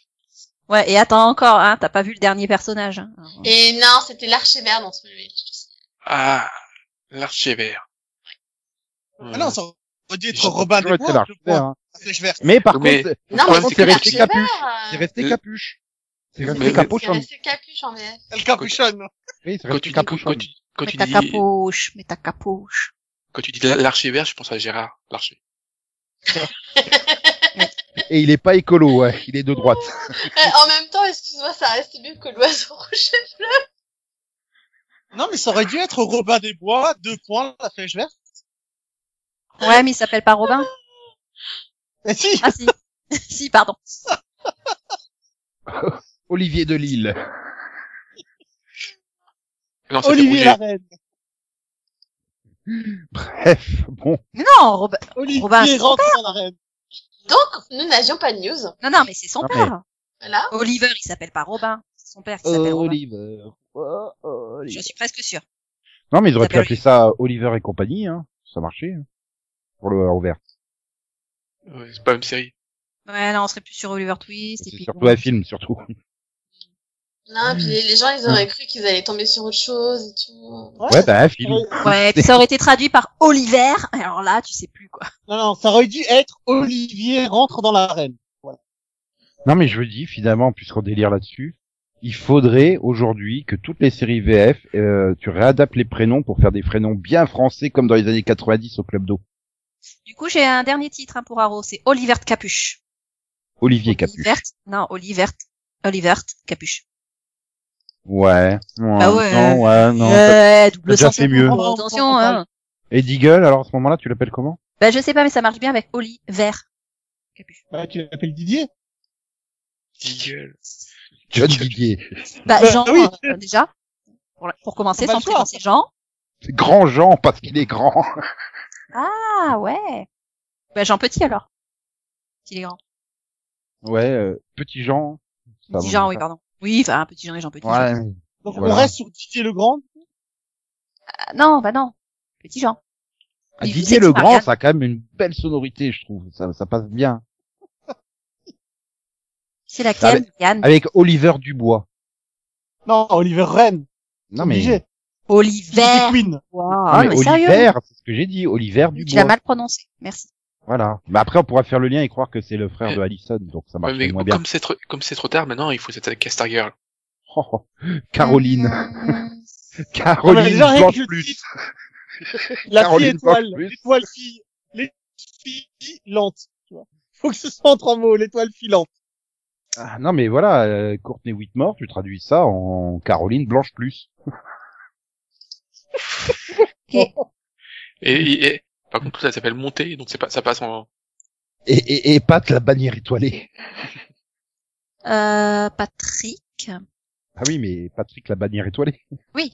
Ouais, et attends encore, hein, t'as pas vu le dernier personnage. Hein. Alors,
Et non, c'était l'archer vert dans celui-là.
Ah. L'archer vert. Hmm.
Ah non, ça aurait dû être
J'ai
Oh, Robin
Toujours
des
été
Bois,
large,
je
hein.
crois. La flèche verte.
Mais par
Mais-
contre,
Non,
problème,
mais
c'est que
c'était l'archer
resté
vert.
capuche.
euh,
C'est resté
Le-
capuche. C'est resté
Mais-
capuche.
C'est
en-
resté capuche en VF.
Elle capuchonne.
Oui, c'est
Quand
resté
tu dis, quand,
capuche. en-
quand tu, quand
mets
tu
ta
dis,
capuche, mets ta capuche.
quand tu dis l'archer vert, je pense à Gérard Larcher.
Et il est pas écolo, ouais. Il est de droite.
Eh, en même temps, excuse-moi, ça reste mieux que l'oiseau rouge.
Non, mais ça aurait dû être Robin des Bois, deux points, la flèche verte.
Ouais, mais il s'appelle pas Robin.
Mais si!
Ah si. si, pardon.
Olivier de Lille.
Non, c'était
Olivier
Rouget.
Larène.
Bref, bon.
Mais Non, Robin. Robin,
Olivier
c'est son
rentre dans l'arène.
Donc, nous n'avions pas de news.
Non, non, mais c'est son
Non, mais- Euh,
père.
Voilà.
Oliver, il s'appelle pas Robin. C'est son père qui s'appelle Robin.
Oliver. Oh,
Je suis presque sûre.
Non, mais ils auraient pu
S'appelle
appeler ça euh, Oliver et compagnie, hein. Ça marchait. hein. Pour le ouvert.
Ouais, c'est pas la même série.
Ouais, non, on serait plus sur Oliver Twist. Et
C'est
puis,
surtout
bon.
un film, surtout. Hmm.
Non, puis les gens, ils auraient cru qu'ils allaient tomber sur autre chose et tout.
Ouais, bah, un film.
Ouais.
Ouais, puis ça aurait été traduit par Oliver. Alors là, tu sais plus quoi.
Non, non, ça aurait dû être Olivier rentre dans l'arène.
Non, mais je veux dis, finalement, puisqu'on délire là-dessus, il faudrait aujourd'hui que toutes les séries VF, euh, tu réadaptes les prénoms pour faire des prénoms bien français comme dans les années 90 au Club d'eau.
Du coup, j'ai un dernier titre hein, pour Arrow. C'est Oliver de Capuche.
Olivier Capuche.
Olivert- Non, Oliver. Oliver Capuche.
Ouais.
Bah ouais. Euh.
Non, ouais, non.
ouais, double
déjà
sens.
fait mieux.
Bon, Attention, hein.
Et Deagle, alors à ce moment-là, tu l'appelles comment
Ben, je sais pas, mais ça marche bien avec Oli vert. Capuche.
Bah, tu l'appelles Didier.
Gueule.
John
Capuche.
Didier.
Bah,
Bah,
Jean,
oui.
euh, déjà. Pour, la- pour commencer,
Bah,
sans
le choix.
prénom, c'est Jean.
Grand Jean, parce qu'il est grand.
Ah, ouais. Bah, Jean Petit, alors. S'il est grand.
Ouais, euh, petit Jean. Ça
Petit
va.
Jean, oui, pardon. Oui, enfin, Petit Jean et Jean Petit.
Ouais.
Donc,
Voilà.
on reste sur Didier le Grand.
Ah, non, bah non. Petit Jean.
Ah,
Il-
Didier
c'est
le
pas
Grand,
rien.
ça a quand même une belle sonorité, je trouve. Ça, ça passe bien.
C'est
Ah,
laquelle, Yann
Avec Oliver Dubois.
Non, Oliver Rennes.
Non mais.
Obligé. Didier
Oliver.
Queen.
Wow, Ah,
Non, mais
mais
Oliver, c'est ce que j'ai dit. Oliver
sérieux. Tu
Dubois.
l'as mal prononcé. Merci.
Voilà. Mais après, on pourra faire le lien et croire que c'est le frère de Allison, donc ça
Ouais,
marche
mais
Bah, moins bien.
comme c'est trop, comme c'est trop tard, maintenant, il faut s'attaquer à Stargirl.
Oh, oh. Caroline.
Mm.
Non, mais
Caroline
déjà, rien
Blanche
que le
plus.
titre. La fille
Caroline Blanche
étoile,
plus.
l'étoile fille, l'étoile filante. Tu vois. Faut que ce soit en trois mots, l'étoile filante.
Ah, non mais voilà, euh, Courtney Whitmore, tu traduis ça en Caroline Blanche plus.
Et, et- et- par contre, tout ça s'appelle monter, donc c'est pas, ça passe en.
Et, et, et Pat la bannière étoilée.
Euh, Patrick.
Ah oui, mais Patrick la bannière étoilée.
Oui.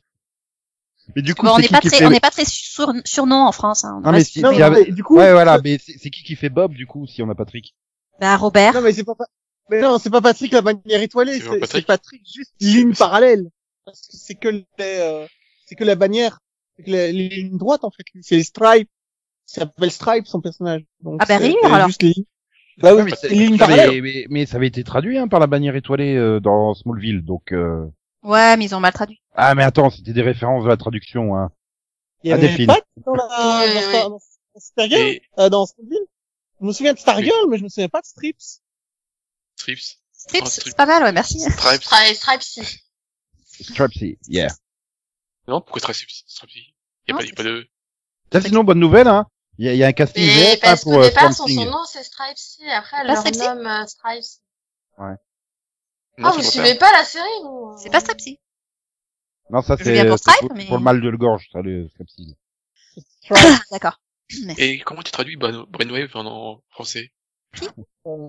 Mais du coup,
Bon, on
c'est
n'est
qui
pas
qui
très,
fait...
on n'est pas très sur, surnom en France. Hein. On
Non, mais
reste-
si- Non, si- mais-
du coup,
Ouais, voilà, mais c'est c'est qui qui fait Bob du coup si on a Patrick
Bah, Robert.
Non, mais c'est pas, Pa- mais non, c'est pas Patrick la bannière étoilée,
C'est pas
c'est
Patrick.
c'est Patrick juste ligne parallèle. Parce que c'est que les, euh, c'est que la bannière. C'est que la- les lignes droites, en fait. lui. C'est les stripes. Ça s'appelle Stripe, son personnage. Donc,
Ah bah,
c'est-
rire,
c'est
alors.
juste les lignes. Bah oui,
Ah mais
c'est
c'est-
les lignes
Non,
parallèles.
mais, mais, mais ça avait été traduit hein, par la bannière étoilée euh, dans Smallville, donc. Euh...
Ouais, mais ils ont mal traduit.
Ah mais attends, c'était des références de la traduction. Hein.
Il y
Ah, des
avait
films.
Pat dans la,
Ouais,
dans
ouais.
Star- dans Stargirl,
Et
euh, dans Smallville. Je me souviens de Stargirl, mais je me souviens pas de Strips.
strips.
Strips,
Oh,
c'est
Strips.
pas mal, ouais, merci.
Stripes.
Stra- Stripes, si.
Stripsy, yeah.
Non, pourquoi strips? Strips? Y a
Non,
pas, y a pas de.
Ça, sinon bonne nouvelle hein. Il y, a- il y a un casting
Mais
VF, hein,
parce
pour
qu'au
euh,
départ,
Swamp
son,
Thing.
son nom, c'est Stripes, si. Après, elle
Pas
leur
Stripes, si
nomme euh, Stripes.
Non, c'est
Ah, vous
pas ça.
suivez pas la série, vous euh,
C'est pas Stripsy.
Non, ça
Je
c'est
viens pour
c'est
Stripe,
pour,
mais-
pour le mal de gorge, ça le Stripsy.
Ah, D'accord.
Et comment tu traduis Brain- Brainwave en, en français?
Euh,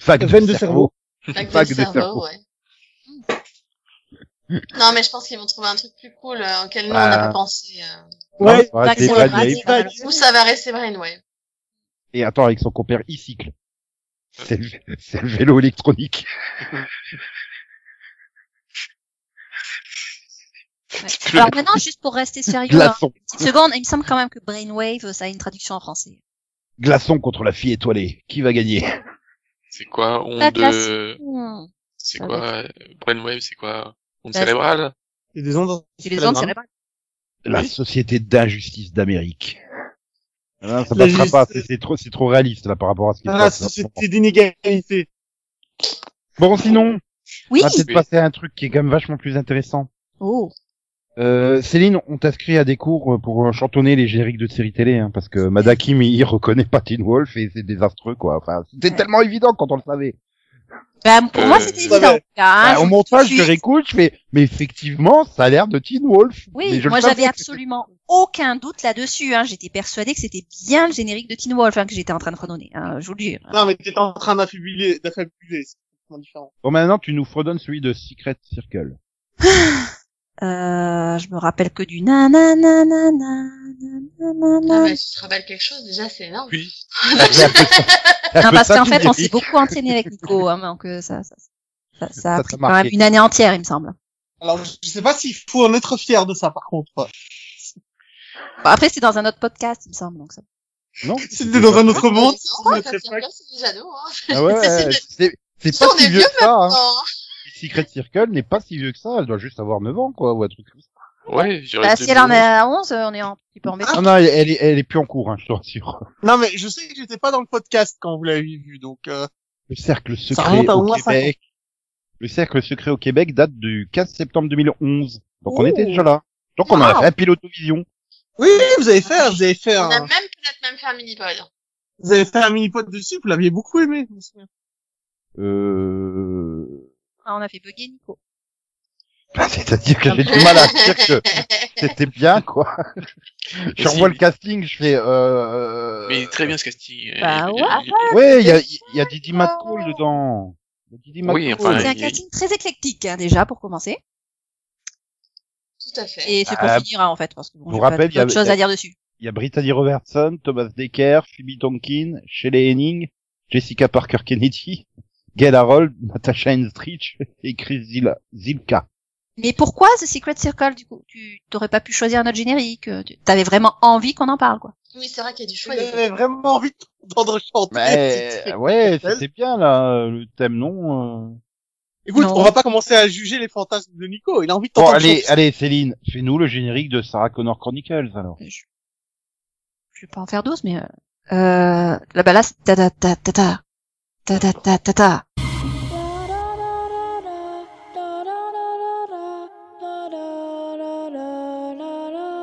Vague de
Veine
cerveau.
de cerveau.
Avec
Vague
des
de
cerveaux,
cerveau.
ouais. Non, mais je pense qu'ils vont trouver un truc plus cool euh, auquel nous, on
Ah.
n'a pas pensé. euh.
Ouais,
Non, ouais,
Vague
c'est
de
Brad
cerveau.
Wave.
Vague.
Ou ça va rester Brainwave.
Et attends, avec son compère e-cycle. C'est le, c'est le vélo électronique.
Ouais. Alors maintenant, juste pour rester sérieux, hein,
Glaçon.
une petite seconde, il me semble quand même que Brainwave, ça a une traduction en français.
Glaçon contre la fille étoilée. Qui va gagner
C'est quoi? Onde,
Pas de la-
euh,
Hmm.
c'est
Ah,
quoi? euh, Brainwave, c'est quoi? Onde
La-
cérébrale?
C'est des ondes.
C'est les ondes cérébrales.
La société d'injustice d'Amérique. Ah, ça
La
passera pas.
justice.
C'est c'est trop, c'est trop réaliste là par rapport à ce qui se
hein.
Ah,
passe.
société d'inégalité.
Bon, sinon,
Oui.
on va peut-être
Oui.
passer à un truc qui est quand même vachement plus intéressant.
Oh.
Euh, Céline, on t'inscrit à des cours pour chantonner les génériques de séries télé, hein, parce que Madakim il reconnaît pas Teen Wolf et c'est désastreux quoi. Enfin, c'était tellement évident quand on le savait.
Bah, pour
Euh,
moi, c'était
ça
évident.
va.
en tout cas, hein.
Bah, au
Je-
montage,
je-
je réécoute, je fais, mais effectivement, ça a l'air de Teen Wolf. Mais
Oui,
je le
moi
savais.
j'avais absolument aucun doute là-dessus. Hein. J'étais persuadée que c'était bien le générique de Teen Wolf hein, que j'étais en train de redonner. Hein, je vous le dis.
Ah.
Non, mais t'es en train d'affaiblir, d'affabuler. C'est complètement différent.
Bon, maintenant, tu nous fredonnes celui de Secret Circle.
Euh, je me rappelle que du nanana nanana
Ah,
nanana.
bah, tu te rappelles quelque chose, déjà, c'est énorme.
Oui.
Non, parce qu'en fait, on s'est beaucoup entraîné avec Nico, hein, donc euh, ça, ça, ça, ça
t'a
a pris quand
marqué.
même une année entière, il me semble.
Alors, je sais pas s'il faut en être fier de ça, par contre.
Bon, après, c'était dans un autre podcast, il me semble. Donc ça...
Non.
C'était dans un autre monde.
Non,
notre
ça
époque.
tient pas, c'est déjà nous, hein. Oh,
Ah ouais, ouais, c'est, c'est pas
On
si
est
vieux
vieux
que ça, hein.
Non.
Secret Circle n'est pas si vieux que ça, elle doit juste avoir 9 ans, quoi, ou un truc comme ça.
Ouais, j'aurais
Bah,
dit
si elle en est
non.
à 11, euh, on est un petit peu embêté.
Ah.
Non, non, elle, elle est, elle est plus en cours, hein, je te rassure.
Non, mais je sais que j'étais pas dans le podcast quand vous l'avez vu, donc, euh,
Le cercle secret
remonte à au
au
moins cinq
Québec. Le cercle secret au Québec date du 15 septembre 2011. Donc, on
Ouh.
était déjà là. Donc, on en a
Wow.
fait un pilotovision.
oui, vous avez fait, un- vous avez fait
On a
un,
même peut-être même fait un mini-pod.
vous avez fait un mini-pod dessus, vous l'aviez beaucoup aimé, je me souviens.
Euh,
Ah, on a fait bugger Nico.
Bah, C'est-à-dire que j'ai du mal à dire que c'était bien, quoi. Je
Mais
revois
si,
le casting, je fais... Euh...
Mais très bien ce casting.
Bah
Euh,
ouais.
il-
Ouais, il y a, il y a Didi McCall dedans. Il y a Didi
Oui,
McCall.
enfin,
C'était un
il-
casting très éclectique, hein, déjà, pour commencer.
Tout à fait.
Et c'est pour
Ah,
finir, hein, en fait, parce que bon,
vous
j'ai pas
rappelez, il y
d'autre
avait-
chose à dire dessus.
Il y a Brittany Robertson, Thomas Decker, Phoebe Tonkin, Shelley Henning, Jessica Parker Kennedy, Gail Harold, Natasha Henstrich et Chris Zil- Zilka.
Mais pourquoi The Secret Circle, du coup Tu t'aurais pas pu choisir un autre générique euh, tu- T'avais vraiment envie qu'on en parle, quoi.
Oui, c'est vrai qu'il y a du
Vous
choix. il y a du-
avez vraiment envie d'entendre chanter.
Mais ouais, c'était bien là, le thème, non euh.
Écoute,
Non.
on va pas commencer à juger les fantasmes de Nico, il a envie de
Bon,
t'entendre
allez,
chanter.
allez, Céline, fais-nous le générique de Sarah Connor Chronicles, alors.
Euh, Je, je vais pas en faire 12, mais euh, euh, là-bas là, c'est ta ta ta ta ta ta ta ta ta ta.
Da-da-da-da-da, da-da-da-da-da, da-da-da-da.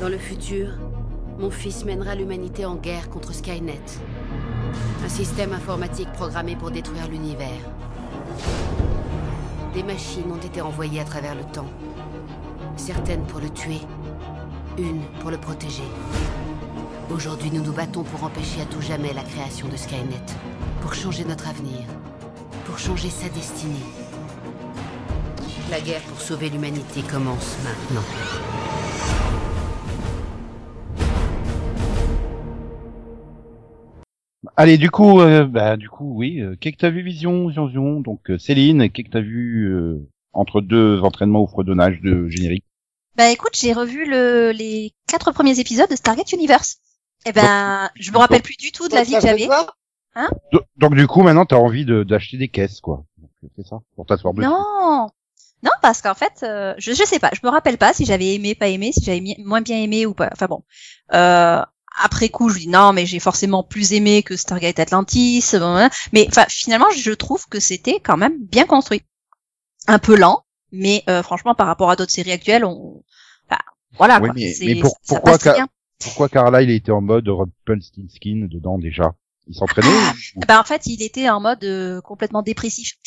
Dans le futur, mon fils mènera l'humanité en guerre contre Skynet. Un système informatique programmé pour détruire l'univers. Des machines ont été envoyées à travers le temps. Certaines pour le tuer, une pour le protéger. Aujourd'hui, nous nous battons pour empêcher à tout jamais la création de Skynet. Pour changer notre avenir. Pour changer sa destinée. La guerre pour sauver l'humanité commence maintenant.
Allez, du coup, euh, bah, du coup, oui. euh, Qu'est-ce que t'as vu, Vision, Zion, Zion Donc, euh, Céline, qu'est-ce que t'as vu euh, entre deux entraînements au fredonnage de générique
Bah écoute, j'ai revu le, les quatre premiers épisodes de Stargate Universe. Eh ben, je me rappelle plus du tout de la vie que j'avais.
Do- Donc, du coup, maintenant, t'as envie de- d'acheter des caisses, quoi. Donc, euh, C'est ça Pour t'asseoir dessus.
Non, non, parce qu'en fait, euh, je je sais pas, je me rappelle pas si j'avais aimé, pas aimé, si j'avais mi- moins bien aimé ou pas. Enfin bon, euh, après coup, je dis non, mais j'ai forcément plus aimé que Stargate Atlantis. blablabla. Mais enfin, finalement, je trouve que c'était quand même bien construit. Un peu lent, mais euh, franchement, par rapport à d'autres séries actuelles, on, enfin, voilà.
Ouais,
quoi.
mais-
C'est-
mais pour-
ça
pourquoi
passe très
qu'à-
bien.
Pourquoi Carla, il était en mode Rumpelstiltskin dedans déjà Il s'entraînait ou-
Ben, en fait, il était en mode euh, complètement dépressif,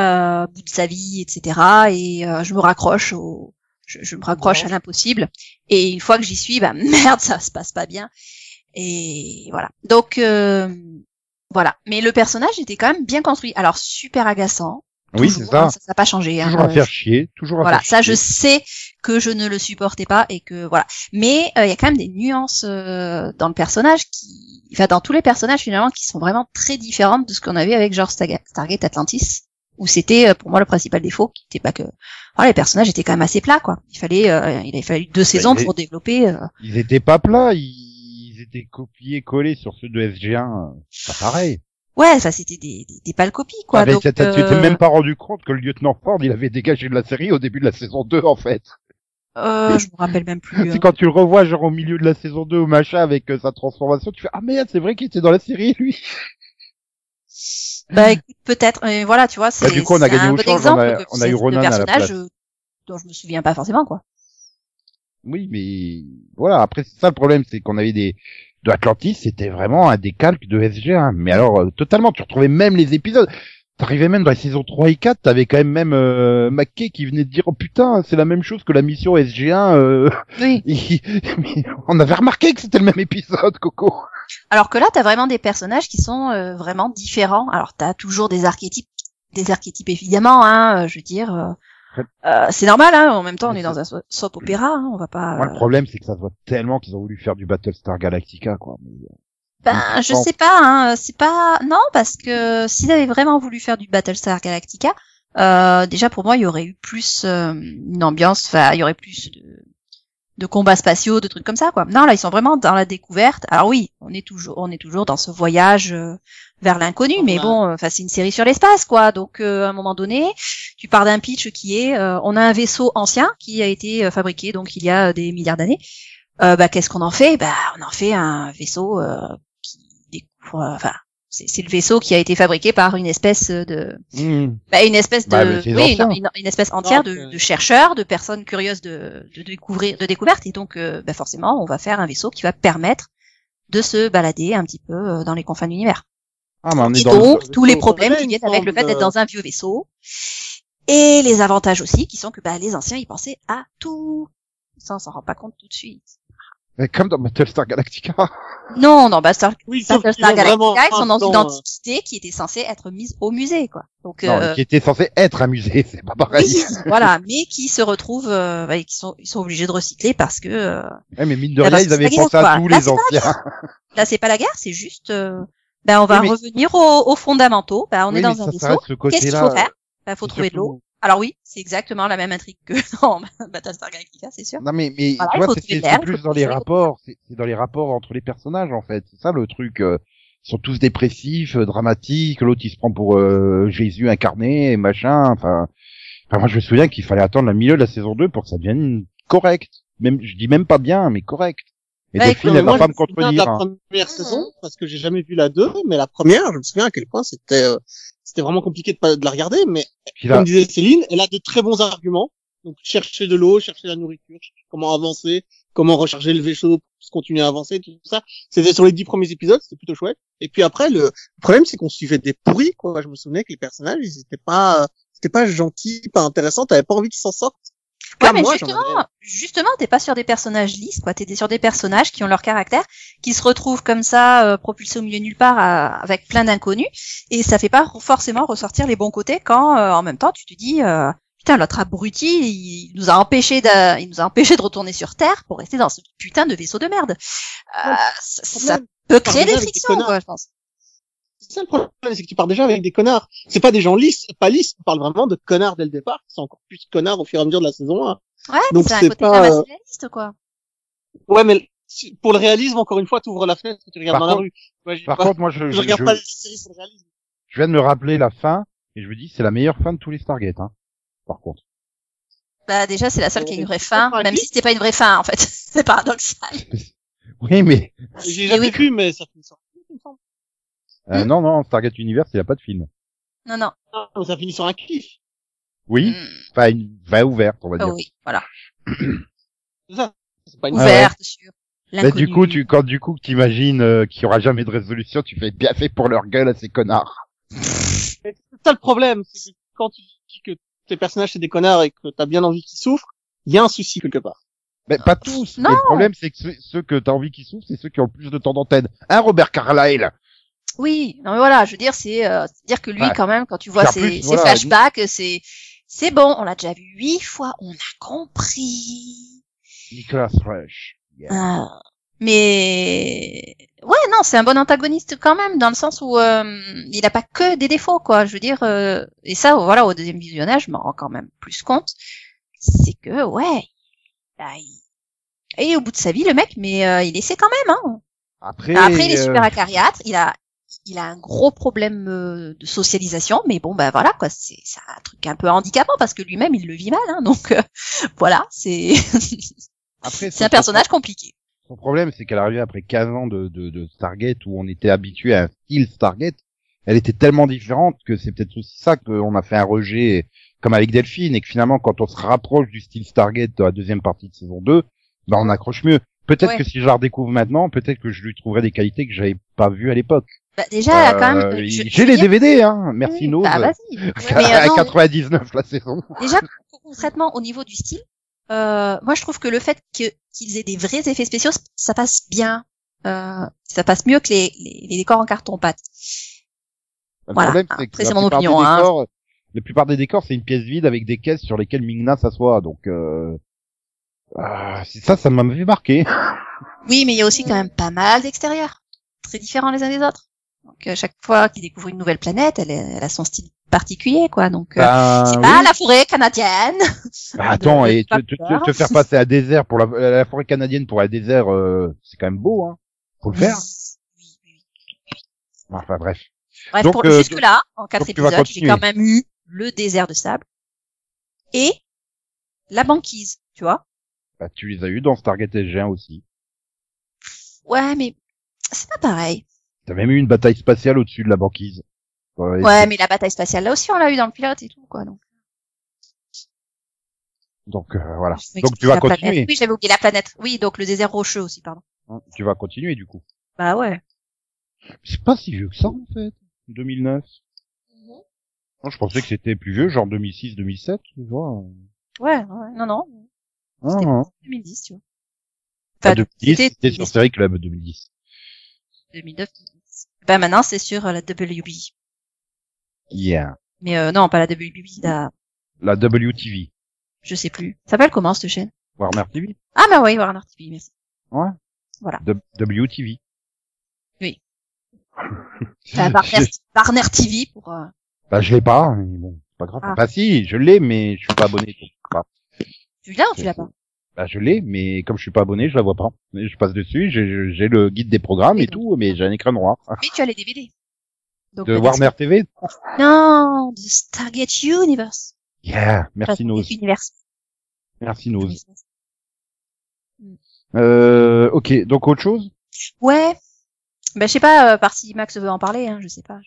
euh, bout de sa vie, etc. Et euh, je me raccroche au, je, je me raccroche à l'impossible. Et une fois que j'y suis, bah merde, ça se passe pas bien. Et voilà. Donc euh, voilà. Mais le personnage était quand même bien construit. Alors super agaçant.
Oui, c'est
toujours,
ça.
hein, Ça n'a pas changé. hein.
Toujours à
Euh,
faire chier, toujours à
voilà,
faire
ça je
chier.
sais que je ne le supportais pas et que voilà. Mais euh, il y a quand même des nuances euh, dans le personnage qui, enfin dans tous les personnages finalement qui sont vraiment très différentes de ce qu'on avait avec genre Starga- Stargate Atlantis où c'était euh, pour moi le principal défaut qui n'était pas que voilà les personnages étaient quand même assez plats quoi. Il fallait euh, il avait fallu deux saisons
Bah, il est-
pour développer. euh,
Ils étaient pas plats, ils étaient copiés, collés sur ceux de FG1. C'est pas pareil.
Ouais, ça c'était des, des, des pâles copies quoi.
Ah, mais
Donc,
t'as- t'as- tu t'es
euh,
même pas rendu compte que le lieutenant Ford, il avait dégagé de la série au début de la saison 2, en fait.
euh, je me rappelle même plus. hein.
C'est quand tu le revois, genre, au milieu de la saison 2 ou machin, avec euh, sa transformation, tu fais, ah merde, c'est vrai qu'il était dans la série, lui.
Bah écoute, peut-être. Mais voilà, tu vois, c'est
Bah, du coup, on a
c'est
gagné
un
au
bon
change,
exemple
on a-
de-
on a eu
de
Ronan à la
personnage
place.
euh, dont je me souviens pas forcément quoi.
Oui, mais voilà. Après, c'est ça le problème, c'est qu'on avait des de Atlantis, c'était vraiment un décalque de SG1. Mais alors euh, totalement, tu retrouvais même les épisodes. T'arrivais même dans les saisons 3 et 4, t'avais quand même même euh, McKay qui venait de dire oh putain, c'est la même chose que la mission SG1. euh.
Oui.
Et- mais on avait remarqué que c'était le même épisode, Coco.
Alors que là, t'as vraiment des personnages qui sont euh, vraiment différents. Alors t'as toujours des archétypes, des archétypes évidemment. Hein, euh, je veux dire, euh, euh, c'est normal. Hein, en même temps, on est dans un so- soap opéra. Hein, on va pas.
Moi, le
euh,
problème, c'est que ça se voit tellement qu'ils ont voulu faire du Battlestar Galactica, quoi. Mais, euh,
Ben, je
Bon.
sais pas, hein, c'est pas non parce que s'ils avaient vraiment voulu faire du Battlestar Galactica, euh, déjà pour moi il y aurait eu plus euh, une ambiance, enfin il y aurait plus de, de combats spatiaux, de trucs comme ça quoi. Non là ils sont vraiment dans la découverte. Alors oui, on est toujours on est toujours dans ce voyage euh, vers l'inconnu, mais
Ouais.
bon, euh, enfin c'est une série sur l'espace quoi. Donc euh, à un moment donné, tu pars d'un pitch qui est euh, on a un vaisseau ancien qui a été euh, fabriqué donc il y a euh, des milliards d'années. Euh, bah, qu'est-ce qu'on en fait Bah, on en fait un vaisseau euh, qui découvre. euh, Enfin, c'est c'est le vaisseau qui a été fabriqué par une espèce de,
euh,
bah, une espèce de,
Bah, mais c'est
oui, une,
ancien.
une- une espèce entière
Donc,
de,
euh,
de chercheurs, de personnes curieuses de, de découvrir, de découverte. Et donc, euh, bah, forcément, on va faire un vaisseau qui va permettre de se balader un petit peu euh, dans les confins de l'univers.
Ah, mais on est
Et
dans
donc,
dans le-
tous les
dans le
problèmes qui
domaine,
viennent avec le fait
semble.
euh.
d'être dans un vieux vaisseau. Et les avantages aussi, qui sont que bah, les anciens, ils pensaient à tout. Ça, on s'en rend pas compte tout de suite.
le- Eh, comme dans Battlestar Galactica.
Non, non, bah, Star,
Oui, sauf
Battlestar
qu'ils ont vraiment
Galactica, ils sont
un
dans une
temps, euh,
antiquité qui était censée être mise au musée, quoi. Donc,
Non,
euh,
qui était censé être un musée, c'est pas pareil.
oui, voilà, mais qui se retrouvent, euh, bah, et qui sont, ils sont obligés de recycler parce que euh,
Ouais, Eh, mais mine de
Ah,
rien,
parce
ils
que
avaient
c'est la
pensé à
guerre,
tous
quoi.
les
Là,
anciens.
là, c'est pas la guerre, c'est juste, euh, bah, on va
Oui, mais-
revenir aux, aux fondamentaux. Bah, on
Oui,
est dans
mais
un
ça, ça
vaisseau.
reste ce
Qu'est-ce qu'il
côté-là.
faut faire Bah, faut
c'est
trouver de
surtout-
l'eau. Alors oui, c'est exactement la même intrigue que dans Battlestar Galactica, c'est sûr.
Non, mais, mais,
Voilà,
tu
il
vois,
faut
c'est-
trouver
c'est
de l'air,
c'est
il
plus
faut
dans les
trouver-
rapports, c'est c'est dans les rapports entre les personnages, en fait. C'est ça, le truc. euh, Ils sont tous dépressifs, euh, dramatiques, l'autre il se prend pour euh, Jésus incarné, et machin, enfin... enfin... Moi, je me souviens qu'il fallait attendre le milieu de la saison 2 pour que ça devienne correct. Même, je dis même pas bien, mais correct. Et
Bah,
Delphine,
écoute,
elle va
euh, moi,
pas me
je me souviens de
contredire.
La
hein.
première
Mhm.
saison, parce que j'ai jamais vu la 2, mais la première, je me souviens à quel point c'était euh, c'était vraiment compliqué de, pas, de la regarder, mais
Puis là-
comme disait Céline, elle a de très bons arguments. Donc chercher de l'eau, chercher la nourriture, chercher comment avancer, comment recharger le vaisseau pour continuer à avancer, tout ça. C'était sur les dix premiers épisodes, c'était plutôt chouette. Et puis après, le problème, c'est qu'on suivait des pourris, quoi. Je me souvenais que les personnages, ils étaient pas, c'était pas gentil, pas intéressant, t'avais pas envie qu'ils s'en sortent.
Ouais,
Pas
mais
moi, j'en avais-
justement, justement, t'es pas sur des personnages lisses, quoi. T'es sur des personnages qui ont leur caractère, qui se retrouvent comme ça, euh, propulsés au milieu de nulle part, à- avec plein d'inconnus, et ça fait pas forcément ressortir les bons côtés quand, euh, en même temps, tu te dis, euh, putain, l'autre abruti, il, il nous a empêché d'a- il nous a empêché de retourner sur Terre pour rester dans ce putain de vaisseau de merde. Euh,
Ouais,
ça,
Le
ça
problème,
peut
par
créer des
exemple, des
frictions,
connards.
quoi, je pense.
C'est ça le problème, c'est que tu pars déjà avec des connards. C'est pas des gens lisses, pas lisses. On parle vraiment de connards dès le départ. qui sont encore plus connards au fur et à mesure de la saison 1.
Ouais,
Donc
c'est un
c'est
côté
pas,
pas...
euh,
réaliste, quoi.
Ouais, mais si- pour le réalisme, encore une fois, t'ouvres la fenêtre et tu regardes
Par
dans
contre-
la rue. Moi, j'ai
Par
pas-
contre, moi, je,
je,
je,
regarde
je-
pas les séries sur le réalisme.
je viens de me rappeler la fin, et je me dis, c'est la meilleure fin de tous les Stargate, hein. Par contre.
Bah, déjà, c'est la seule qui a une vraie fin,
Euh, D'accord,
même
oui.
si c'était pas une vraie fin, en fait. c'est paradoxal.
Oui, mais,
J'ai
Mais
jamais
oui.
vu, mais ça finit sur, il me semble.
euh, non, non, Stargate Universe, il n'y a pas de film.
Non, non.
Ah, mais ça finit sur un cliff.
Oui,
Hmm.
enfin, une va ouverte, on va
Ah
dire.
oui, voilà.
C'est ça. C'est pas une
Ah ouais.
Ouverte sur
Là, du coup,
l'inconnu.
tu, quand du coup, t'imagines euh, qu'il y aura jamais de résolution, tu fais bien fait pour leur gueule à ces connards.
Mais C'est ça le problème, c'est que quand tu dis que tes personnages c'est des connards et que t'as bien envie qu'ils souffrent, il y a un souci quelque part.
Mais pas tous.
Oh, Non.
Mais le problème, c'est que ceux, ceux que t'as envie qu'ils souffrent, c'est ceux qui ont le plus de temps d'antenne. Hein, Robert Carlyle
Oui, non mais voilà, je veux dire, c'est euh, dire que lui,
Ouais.
quand même, quand tu vois
Puis en
ses,
plus,
ses
voilà,
flashbacks, c'est c'est bon, on l'a déjà vu huit fois, on a compris.
Nicolas Rush. Yeah.
Ah. mais ouais, non, c'est un bon antagoniste quand même, dans le sens où euh, il n'a pas que des défauts, quoi. Je veux dire, euh, et ça, voilà, au deuxième visionnage, je m'en rends quand même plus compte, c'est que ouais, là, il... et au bout de sa vie, le mec, mais euh, il essaie quand même, hein.
Après,
Après, il est super
euh,
acariâtre. Il a, il a un gros problème euh, de socialisation, mais bon, ben voilà, quoi. C'est c'est un truc un peu handicapant parce que lui-même, il le vit mal. hein, donc euh, voilà, c'est
après,
c'est
son-
un personnage compliqué.
Son problème, c'est qu'elle arrivait après 15 ans de, de, de Stargate où on était habitué à un style Stargate. Elle était tellement différente que c'est peut-être aussi ça qu'on a fait un rejet, comme avec Delphine, et que finalement, quand on se rapproche du style Stargate dans la deuxième partie de saison 2, ben on accroche mieux. Peut-être
Ouais.
que si je la redécouvre maintenant, peut-être que je lui trouverai des qualités que j'avais pas vues à l'époque.
Bah, déjà,
Euh,
quand même. euh, je- je
J'ai
veux
les
dire-
DVD, hein. Merci
Oui,
Nose.
bah, vas-y.
Mais, euh,
à
non.
99 la saison.
Déjà, concrètement, au niveau du style, euh, moi, je trouve que le fait que qu'ils aient des vrais effets spéciaux, ça passe bien. Euh, ça passe mieux que les, les, les décors en carton-pâte.
Le
Voilà.
problème,
Ah,
c'est que
après,
la
c'est mon
plupart,
opinion,
des
hein.
décors, la plupart des décors, c'est une pièce vide avec des caisses sur lesquelles Mingna s'assoit. Donc, euh... ah, c'est ça, ça m'a fait marquer.
Oui, mais il y a aussi quand même pas mal d'extérieurs, très différents les uns des autres. Donc à chaque fois qu'il découvre une nouvelle planète, elle, est- elle a son style particulier, quoi. Donc euh,
Ben,
c'est
oui.
pas la forêt canadienne.
Bah, attends,
de-
et te,
pas
te- te-
peur.
te faire passer à désert pour la, la- la forêt canadienne pour un désert, euh, c'est quand même beau, hein. Faut le faire.
Oui, oui, oui.
Enfin bref.
Bref,
Donc,
pour
euh,
jusque là, en quatre
donc tu vas
épisodes, j'ai
continuer.
quand même eu le désert de sable et la banquise, tu vois.
Bah, tu les as eu dans Stargate SG1 aussi.
Ouais, mais c'est pas pareil.
T'as même eu une bataille spatiale au-dessus de la banquise. Ouais,
Ouais, mais la bataille spatiale là aussi, on l'a eu dans le pilote et tout, quoi. Donc,
Donc euh, voilà.
je
Donc tu
m'explique,
vas
la planète.
continuer. Hein,
Oui, j'avais oublié la planète. Oui, donc le désert rocheux aussi, pardon.
Tu vas continuer du coup.
Bah ouais.
C'est pas si vieux que ça en fait. 2009.
Mhm.
Moi, Ah, je pensais que c'était plus vieux, genre 2006, 2007, tu vois.
Ouais, ouais, non, non.
Ah,
C'était
ah.
2010, tu vois.
Ah,
Enfin,
2010,
c'était-
c'était sur Série Club 2010.
2009. Ben maintenant, c'est sur euh, la WB.
Yeah.
Mais euh, non, pas la WB, la...
La WTV.
je sais plus. Ça s'appelle comment cette chaîne
Warner TV.
Ah bah oui, Warner TV, merci.
Ouais.
Voilà.
De- WTV.
Oui. Enfin, Warner, Warner TV pour... euh,
Bah, je l'ai pas, mais bon, c'est pas grave.
Ah.
Bah si, je l'ai, mais je suis pas abonné. donc, bah,
Tu l'as ou tu l'as pas
bah, je l'ai, mais comme je suis pas abonné, je la vois pas. Mais Je passe dessus, j'ai- j'ai j'ai le guide des programmes et tout, mais j'ai un écran noir.
Mais tu as les DVD. Donc,
De
le-
Warner TV?
Non, de Stargate Universe.
Yeah. Merci
Enfin,
Nose.
Universe.
Merci Nose. Euh, ok. Donc, autre chose?
Ouais. Ben je sais pas, euh, par si Max veut en parler, hein, je sais pas.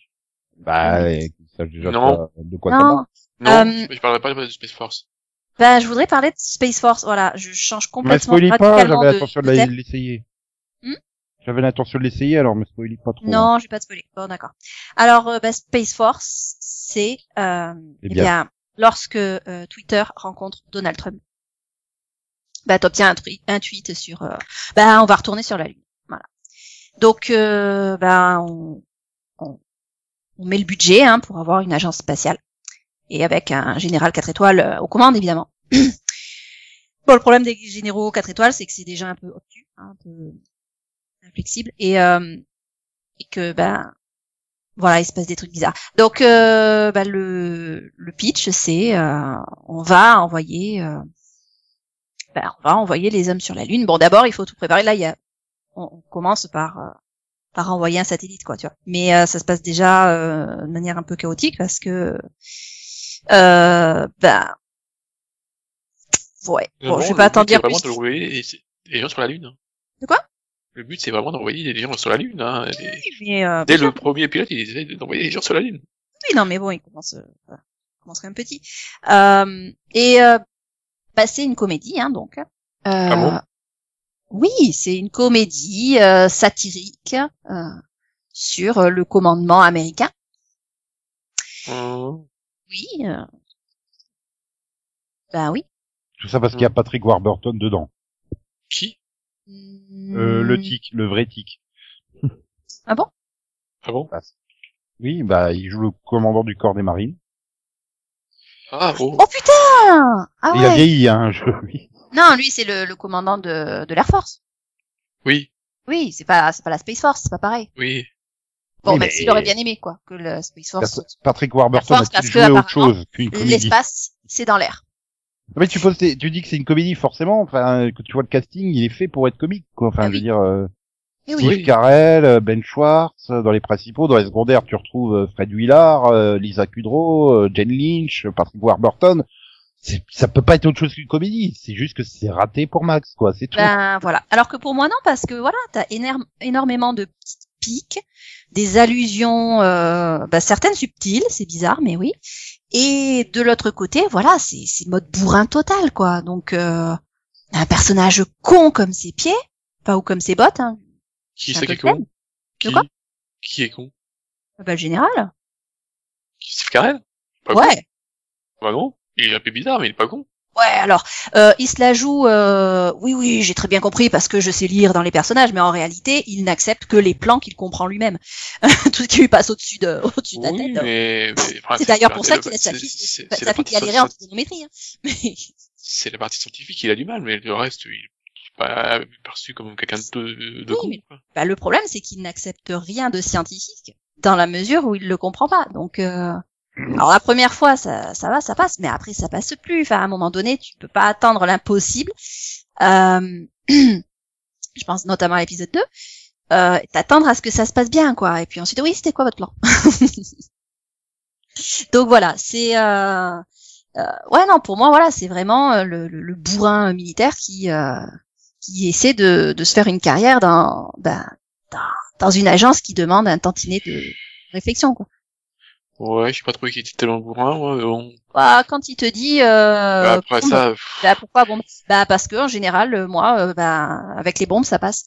Bah, euh, ça, déjà,
Non.
ça- de quoi ça
non,
parle.
Non,
Euh,
je parlerai pas de Space Force.
Ben, je voudrais parler de Space Force. Voilà, je change
Ne me
complètement
spoilie pas,
radicalement
j'avais
de,
l'intention de,
de
la-
thème.
de l'essayer.
Hmm
j'avais l'intention de l'essayer, alors me spoilie pas trop. hein.
Non, je vais pas te spoiler. Bon, d'accord. Alors, euh, bah, Space Force, c'est euh, eh
bien.
bien. lorsque euh, Twitter rencontre Donald Trump. Bah, t'obtiens un, twi- un tweet sur. euh, bah, on va retourner sur la lune. Voilà. Donc, euh, bah, on, on, on met le budget hein, pour avoir une agence spatiale et avec un général 4 étoiles euh, aux commandes, évidemment. bon, le problème des généraux 4 étoiles, c'est que c'est déjà un peu obtus, hein, un peu inflexible et euh, et que ben voilà il se passe des trucs bizarres donc euh, ben, le le pitch c'est euh, on va envoyer euh, ben, on va envoyer les hommes sur la lune bon d'abord il faut tout préparer là il y a on, on commence par euh, par envoyer un satellite quoi tu vois mais euh, ça se passe déjà euh, de manière un peu chaotique parce que euh, ben ouais
Le
bon je
moment,
vais pas
le but,
t'en
c'est
dire
vraiment
plus
de D'envoyer des- des gens sur la Lune.
De quoi
Le but, c'est vraiment d'envoyer des gens sur la Lune. Hein. Et
mais, euh,
Dès le premier pilote, il essaie d'envoyer des gens sur la Lune.
Oui, non, mais bon, il commence, euh, voilà, il commence quand même petit. Euh, et euh, bah, c'est une comédie, hein, donc. Euh,
Ah
bon
oui, c'est une comédie euh, satirique euh, sur euh, le commandement américain.
Ah.
Hum.
Oui. euh, Ben oui.
Tout ça parce
Hmm.
qu'il y a Patrick Warburton dedans.
Qui
Euh, le
Mm.
tic, le vrai tic. Bah,
Ah bon
Ah bon
Oui, bah, il joue le commandant du corps des marines.
Ah bon
Oh putain Ah
Il a
ouais.
vieilli, hein, je, oui.
Non, lui, c'est le, le commandant de, de l'Air Force.
Oui,
Oui, c'est pas c'est pas la Space Force, c'est pas pareil.
oui.
Bon,
Oui,
même
mais-
s'il aurait bien aimé quoi que le Space Force
Parce- Patrick Warburton
Parce
a
que,
joué autre
apparemment,
chose qu'une comédie.
l'espace, c'est dans l'air.
Non, Ah, mais tu poses, tes- tu dis que c'est une comédie, forcément. Enfin, quand tu vois le casting, il est fait pour être comique, quoi. Enfin,
Ah
je veux
oui.
dire, euh,
Eh oui.
Steve Carell, euh, Ben Schwartz, euh, dans les principaux, dans les secondaires, tu retrouves euh, Fred Willard, euh, Lisa Kudrow, euh, Jane Lynch, euh, Patrick Warburton. C'est- Ça peut pas être autre chose qu'une comédie. C'est juste que c'est raté pour Max, quoi. C'est tout.
Ben voilà. Alors que pour moi non, parce que voilà, t'as éner- énormément de petites piques, des allusions, euh, bah, certaines subtiles, c'est bizarre, mais oui. Et de l'autre côté, voilà, c'est c'est mode bourrin total, quoi. Donc euh, un personnage con comme ses pieds, pas ou comme ses bottes, hein.
Qui
C'est un
c'est qui est
totem.
con
De
Qui
quoi
Qui est con
Bah, le général.
Steve Carell Pas con.
Ouais.
Pas con. Il est un peu bizarre, mais il est pas con.
Ouais, alors, euh, il se la joue, euh, oui, oui, j'ai très bien compris parce que je sais lire dans les personnages, mais en réalité, il n'accepte que les plans qu'il comprend lui-même. Tout ce qui lui passe au-dessus de, au-dessus de la
Oui,
tête. hein.
mais, mais- enfin,
c'est d'ailleurs
la-
pour ça
la-
qu'il a sa
c'est-
fille,
c'est-
sa
c'est la
fille
partie
galérait en
scientifique-
physionométrie. hein. Mais
C'est la partie scientifique, il a du mal, mais le reste, il est pas perçu comme quelqu'un de, de
Oui,
con.
mais-
quoi.
bah, le problème, c'est qu'il n'accepte rien de scientifique dans la mesure où il le comprend pas. Donc, euh, alors la première fois, ça, ça va, ça passe, mais après, ça passe plus. Enfin, à un moment donné, tu peux pas attendre l'impossible. Euh, je pense notamment à l'épisode 2. Euh, t'attendre à ce que ça se passe bien, quoi. Et puis ensuite, oui, c'était quoi votre plan Donc voilà, c'est euh, euh, ouais non pour moi voilà c'est vraiment euh, le, le- le bourrin militaire qui euh, qui essaie de, de se faire une carrière dans, ben, dans dans une agence qui demande un tantinet de réflexion quoi.
Ouais, je sais pas trop qui était tellement bourrin, moi, mais bon.
Bah, quand il te dit euh,
Bah, après
bombe,
ça, pff,
bah, pourquoi bombe Bah parce que en général euh, moi euh, bah, avec les bombes ça passe.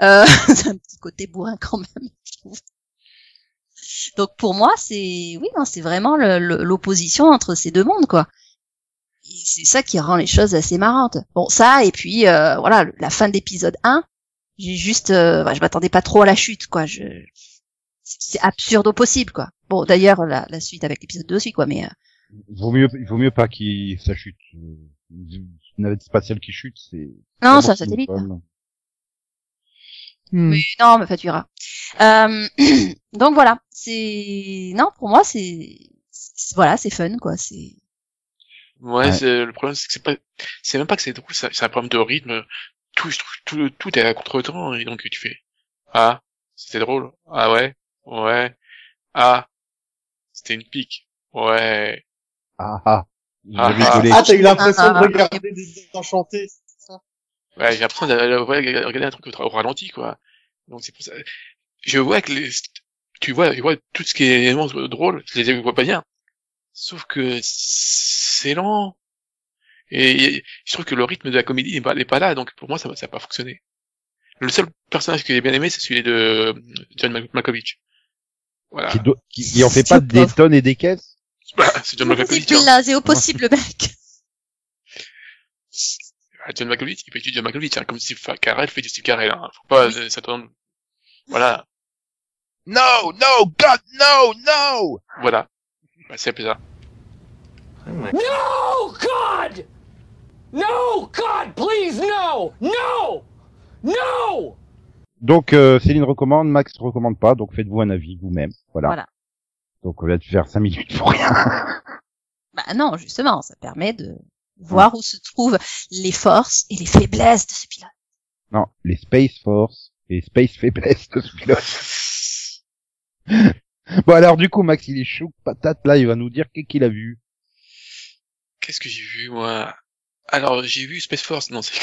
Euh, c'est un petit côté bourrin quand même. je trouve. Donc pour moi c'est oui non c'est vraiment le- le- l'opposition entre ces deux mondes quoi. Et c'est ça qui rend les choses assez marrantes. Bon ça et puis euh, voilà le- la fin de l'épisode 1, j'ai juste euh, bah, je m'attendais pas trop à la chute quoi. Je c'est c'est absurde au possible quoi. Bon d'ailleurs la, la suite avec l'épisode 2 aussi quoi mais euh,
Vaut mieux, il vaut mieux pas qu'il, ça chute. Une navette spatiale qui chute, c'est...
non ça satellite. Mais non, mais enfin, tu verras. Euh, donc voilà, c'est non pour moi c'est c'est- voilà c'est fun quoi. C'est
ouais,
Ouais.
c'est- le problème, c'est que c'est pas, c'est même pas que c'est drôle, c'est c'est un problème de rythme. Tout, je trouve, tout, tout est à contre-temps, et donc tu fais, ah, c'était drôle, ah ouais, ouais, ah, c'était une pique, ouais,
Ah ah. Vous
Ah,
avez
ah.
rigolé.
Ah, t'as eu l'impression
Ah,
de
ah,
regarder des des enchantés. c'est ça
ouais, j'ai l'impression d'avoir regardé un truc au, au ralenti, quoi. Donc c'est pour ça, je vois que les, tu vois, je vois tout ce qui est élément drôle, je les vois pas bien. Sauf que c'est lent. Et, et je trouve que le rythme de la comédie n'est pas, n'est pas là, donc pour moi, ça n'a ça a pas fonctionné. Le seul personnage que j'ai bien aimé, c'est celui de euh, John Mal- Malkovich. Voilà.
Qui, do- qui- qui en fait pas
C'est
des
pauvre.
tonnes et des caisses.
Bah, c'est John
C'est
Malkovich. hein.
blasé au possible, mec.
Ah, John Malkovich, il fait du John Malkovich, hein, comme Steve Carell fait du Steve Carell. Hein. Faut pas euh, s'attendre. Voilà,
No, no, God, no, no.
voilà. Bah, c'est bizarre.
No, God! No, God, please, no! No! No!
Donc euh, Céline recommande, Max recommande pas, donc faites-vous un avis vous-même. Voilà.
Voilà.
Donc on va te faire cinq minutes pour rien.
Bah non, justement, ça permet de voir où se trouvent les forces et les faiblesses de ce pilote.
Non, les Space Force et Space Faiblesse de ce pilote. bon alors du coup Max il est chou patate là, il va nous dire qu'est-ce qu'il a vu.
Qu'est-ce que j'ai vu, moi Alors, j'ai vu Space Force. Non, c'est...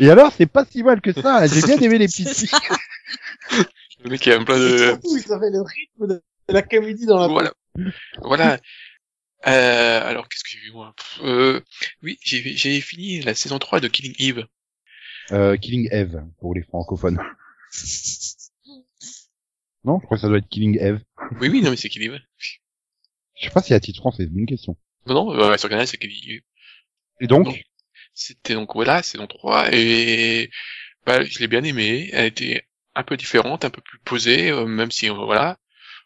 Et alors c'est pas si mal que ça, hein, j'ai bien aimé les petits.
Le mec, il a même plein
Et
de...
surtout, ils avaient le rythme de de la comédie dans la
Voilà. voilà. Euh, alors, qu'est-ce que j'ai vu, moi Pff, euh, Oui, j'ai, vu- j'ai fini la saison 3 de Killing Eve.
Euh, Killing Eve pour les francophones. Non, je crois que ça doit être Killing Eve.
Oui, oui, non, mais c'est Killing Eve.
Je sais pas si à titre français, c'est une question.
Non, non, euh, sur Canal, c'est Killing Eve.
Et donc,
Non. C'était donc, voilà, saison 3, et bah, je l'ai bien aimée. Elle était un peu différente, un peu plus posée, euh, même si, euh, voilà,